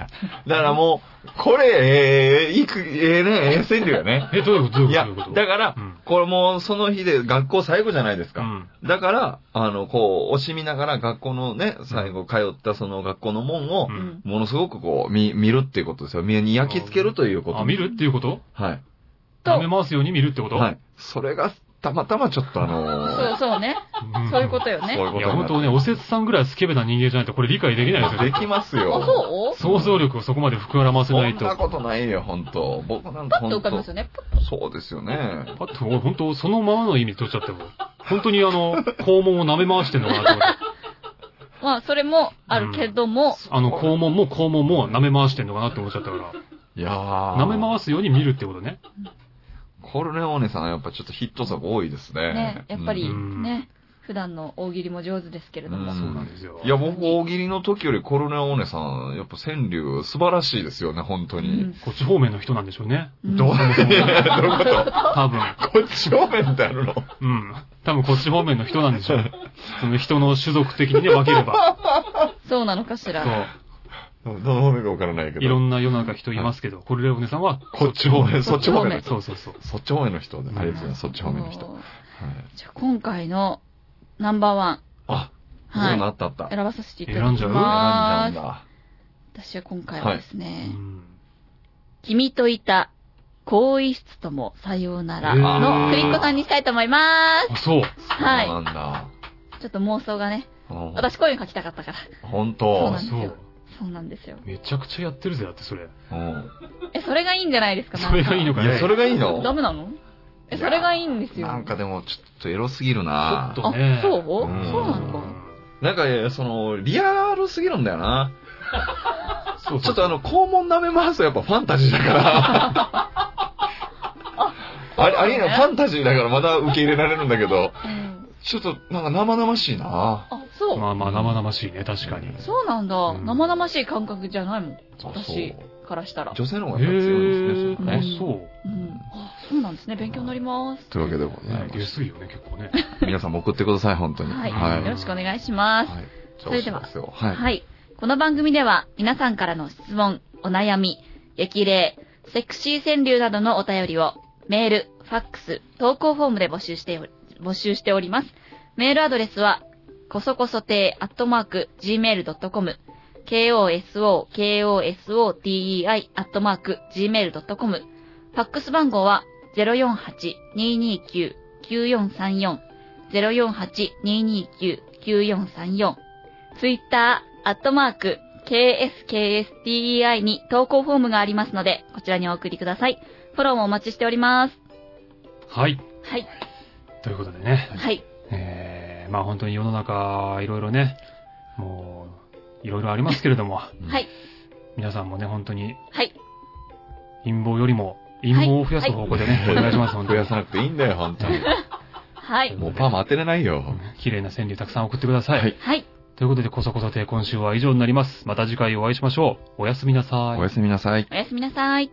だからもう、これ、ええいく、ええね、ええ川柳よね。え、どういうことどういやいうこと、だからう、ん。これもうその日で学校最後じゃないですうか。ん。だから、あの、こう、惜しみながら学校のね、最後通ったその学校の門をう、ん。ものすごくこう、見、見るっていうことですよ。目に焼き付けるということ。あ、見るっていうことはい。と舐め回すように見るってことはい。。それが、たまたまちょっとあそう <laughs> のー、そうね。んそういうことよそういね。ういこや、と本に当ね、おせつさんぐらいスケベな人間じゃないとこれ理解できないですなよる。で。きますあ、よ。そう想像力をそこまで膨らませそないんと。なパことないよ、本当僕なんパかッと本浮かびま当すよね。パッそうですよね。ッと、俺本当そのままの意味取っちゃっても。本当にあの、肛門を舐め回してんのかなと思って。まあ、それもあるけども、あの、肛門も肛門も舐め回してんのかなって思っちゃったから。いやー。舐め回すように見るってことね。コルネオーネさんはやっぱちょっとヒット作多いですね。ね、やっぱりううんんね、普段の大喜利も上手ですけれどうそんうも。なんですよ。いや、僕、大喜利の時よりコルネオーネさん、やっぱ川柳素晴らしいですよね、本当うに。んこっち方面の人なんでしょうね。うんどういやどういうこと多分。こっち方面ってあるのうん。多分こっち方面の人なんでしょう。その人の種族的にね、分ければ。そうなのかしそら。う。どの方面かわからないけど。いろんな世の中人いますけど、コルレオネさんは、こっち方面、そそっっちち方方面面そそううそうそう。そっち方面の人で、ありがとうございます。そっち方面の人。そはうじゃあ今回のナンバーワン。あ、そうはいいうのあったあった。選ばさせていた選だんきじゃうま選んじゃすうん。だ。私は今回はですうね、ん君といた、更衣室ともさようならへーのクリッコさんにしたいと思いまあ、そう。そうなんだ。す。ちょっと妄想がね、うん私こういうの書きたかったから。本そう当なあ、んですそよう。そうなんですよ。めちゃくちゃやってるぜ、だってそれ。うんえ、それがいいんじゃないですか、それがいいのか。かいや、ね。それがいいのダメなのえ、それがいいんですよ。なんかでも、ちょっとエロすぎるなちょっとあね、そう、んそうなのか。なんか、いやその、リアルすぎるんだよ <laughs> な。そうそうちょっとあの、肛門舐め回すとやっぱファンタジーだから。あれ、ありえない。ファンタジーだからまだ受け入れられるんだけど、うんちょっとなんか生々しいなあ、そう。まあまあ生々しいね、確かに。そうなんだ。うん生々しい感覚じゃないもん。私そうからしたら。女性の方がへやっぱ強いんでえすねそれはね。あ、そう。うん。あ、そうなんですね。勉強になります。というわけでございねま下す。水よね、結構ね。皆さんも送ってください、本当に。ははい。い。よはろいしくお願いします。じゃあお知らせをはい。はい。この番組では皆さんからの質問、お悩み、激励、セクシー川柳などのお便りをメール、ファックス、投稿フォームで募集しており、募集しております。メールアドレスは、こそこそてアットマーク、gmail.com、koso, kosotei アットマーク、gmail.com、ファックス番号は、048-229-9434、048-229-9434、ツイッター、アットマーク、KSKSDEI に投稿フォームがありますので、こちらにお送りください。フォローもお待ちしております。はい。はい。ということでね、はい。えー、まあ本当に世の中、いろいろね、もう、いろいろありますけれど <laughs> も、はい。皆さんもね、本当にはい。陰謀よりも、陰謀を増やす方向でね、お願いし <laughs> ます、本当に増や。さなくていいんだよ、本当に。はい。もうパーマ当てれないよ。綺麗な川柳たくさん送ってください。はいはい。ということで、こそこそ亭今週は以上になります。また次回お会いしましょう。おやすみなさい。おやすみなさい。おやすみなさい。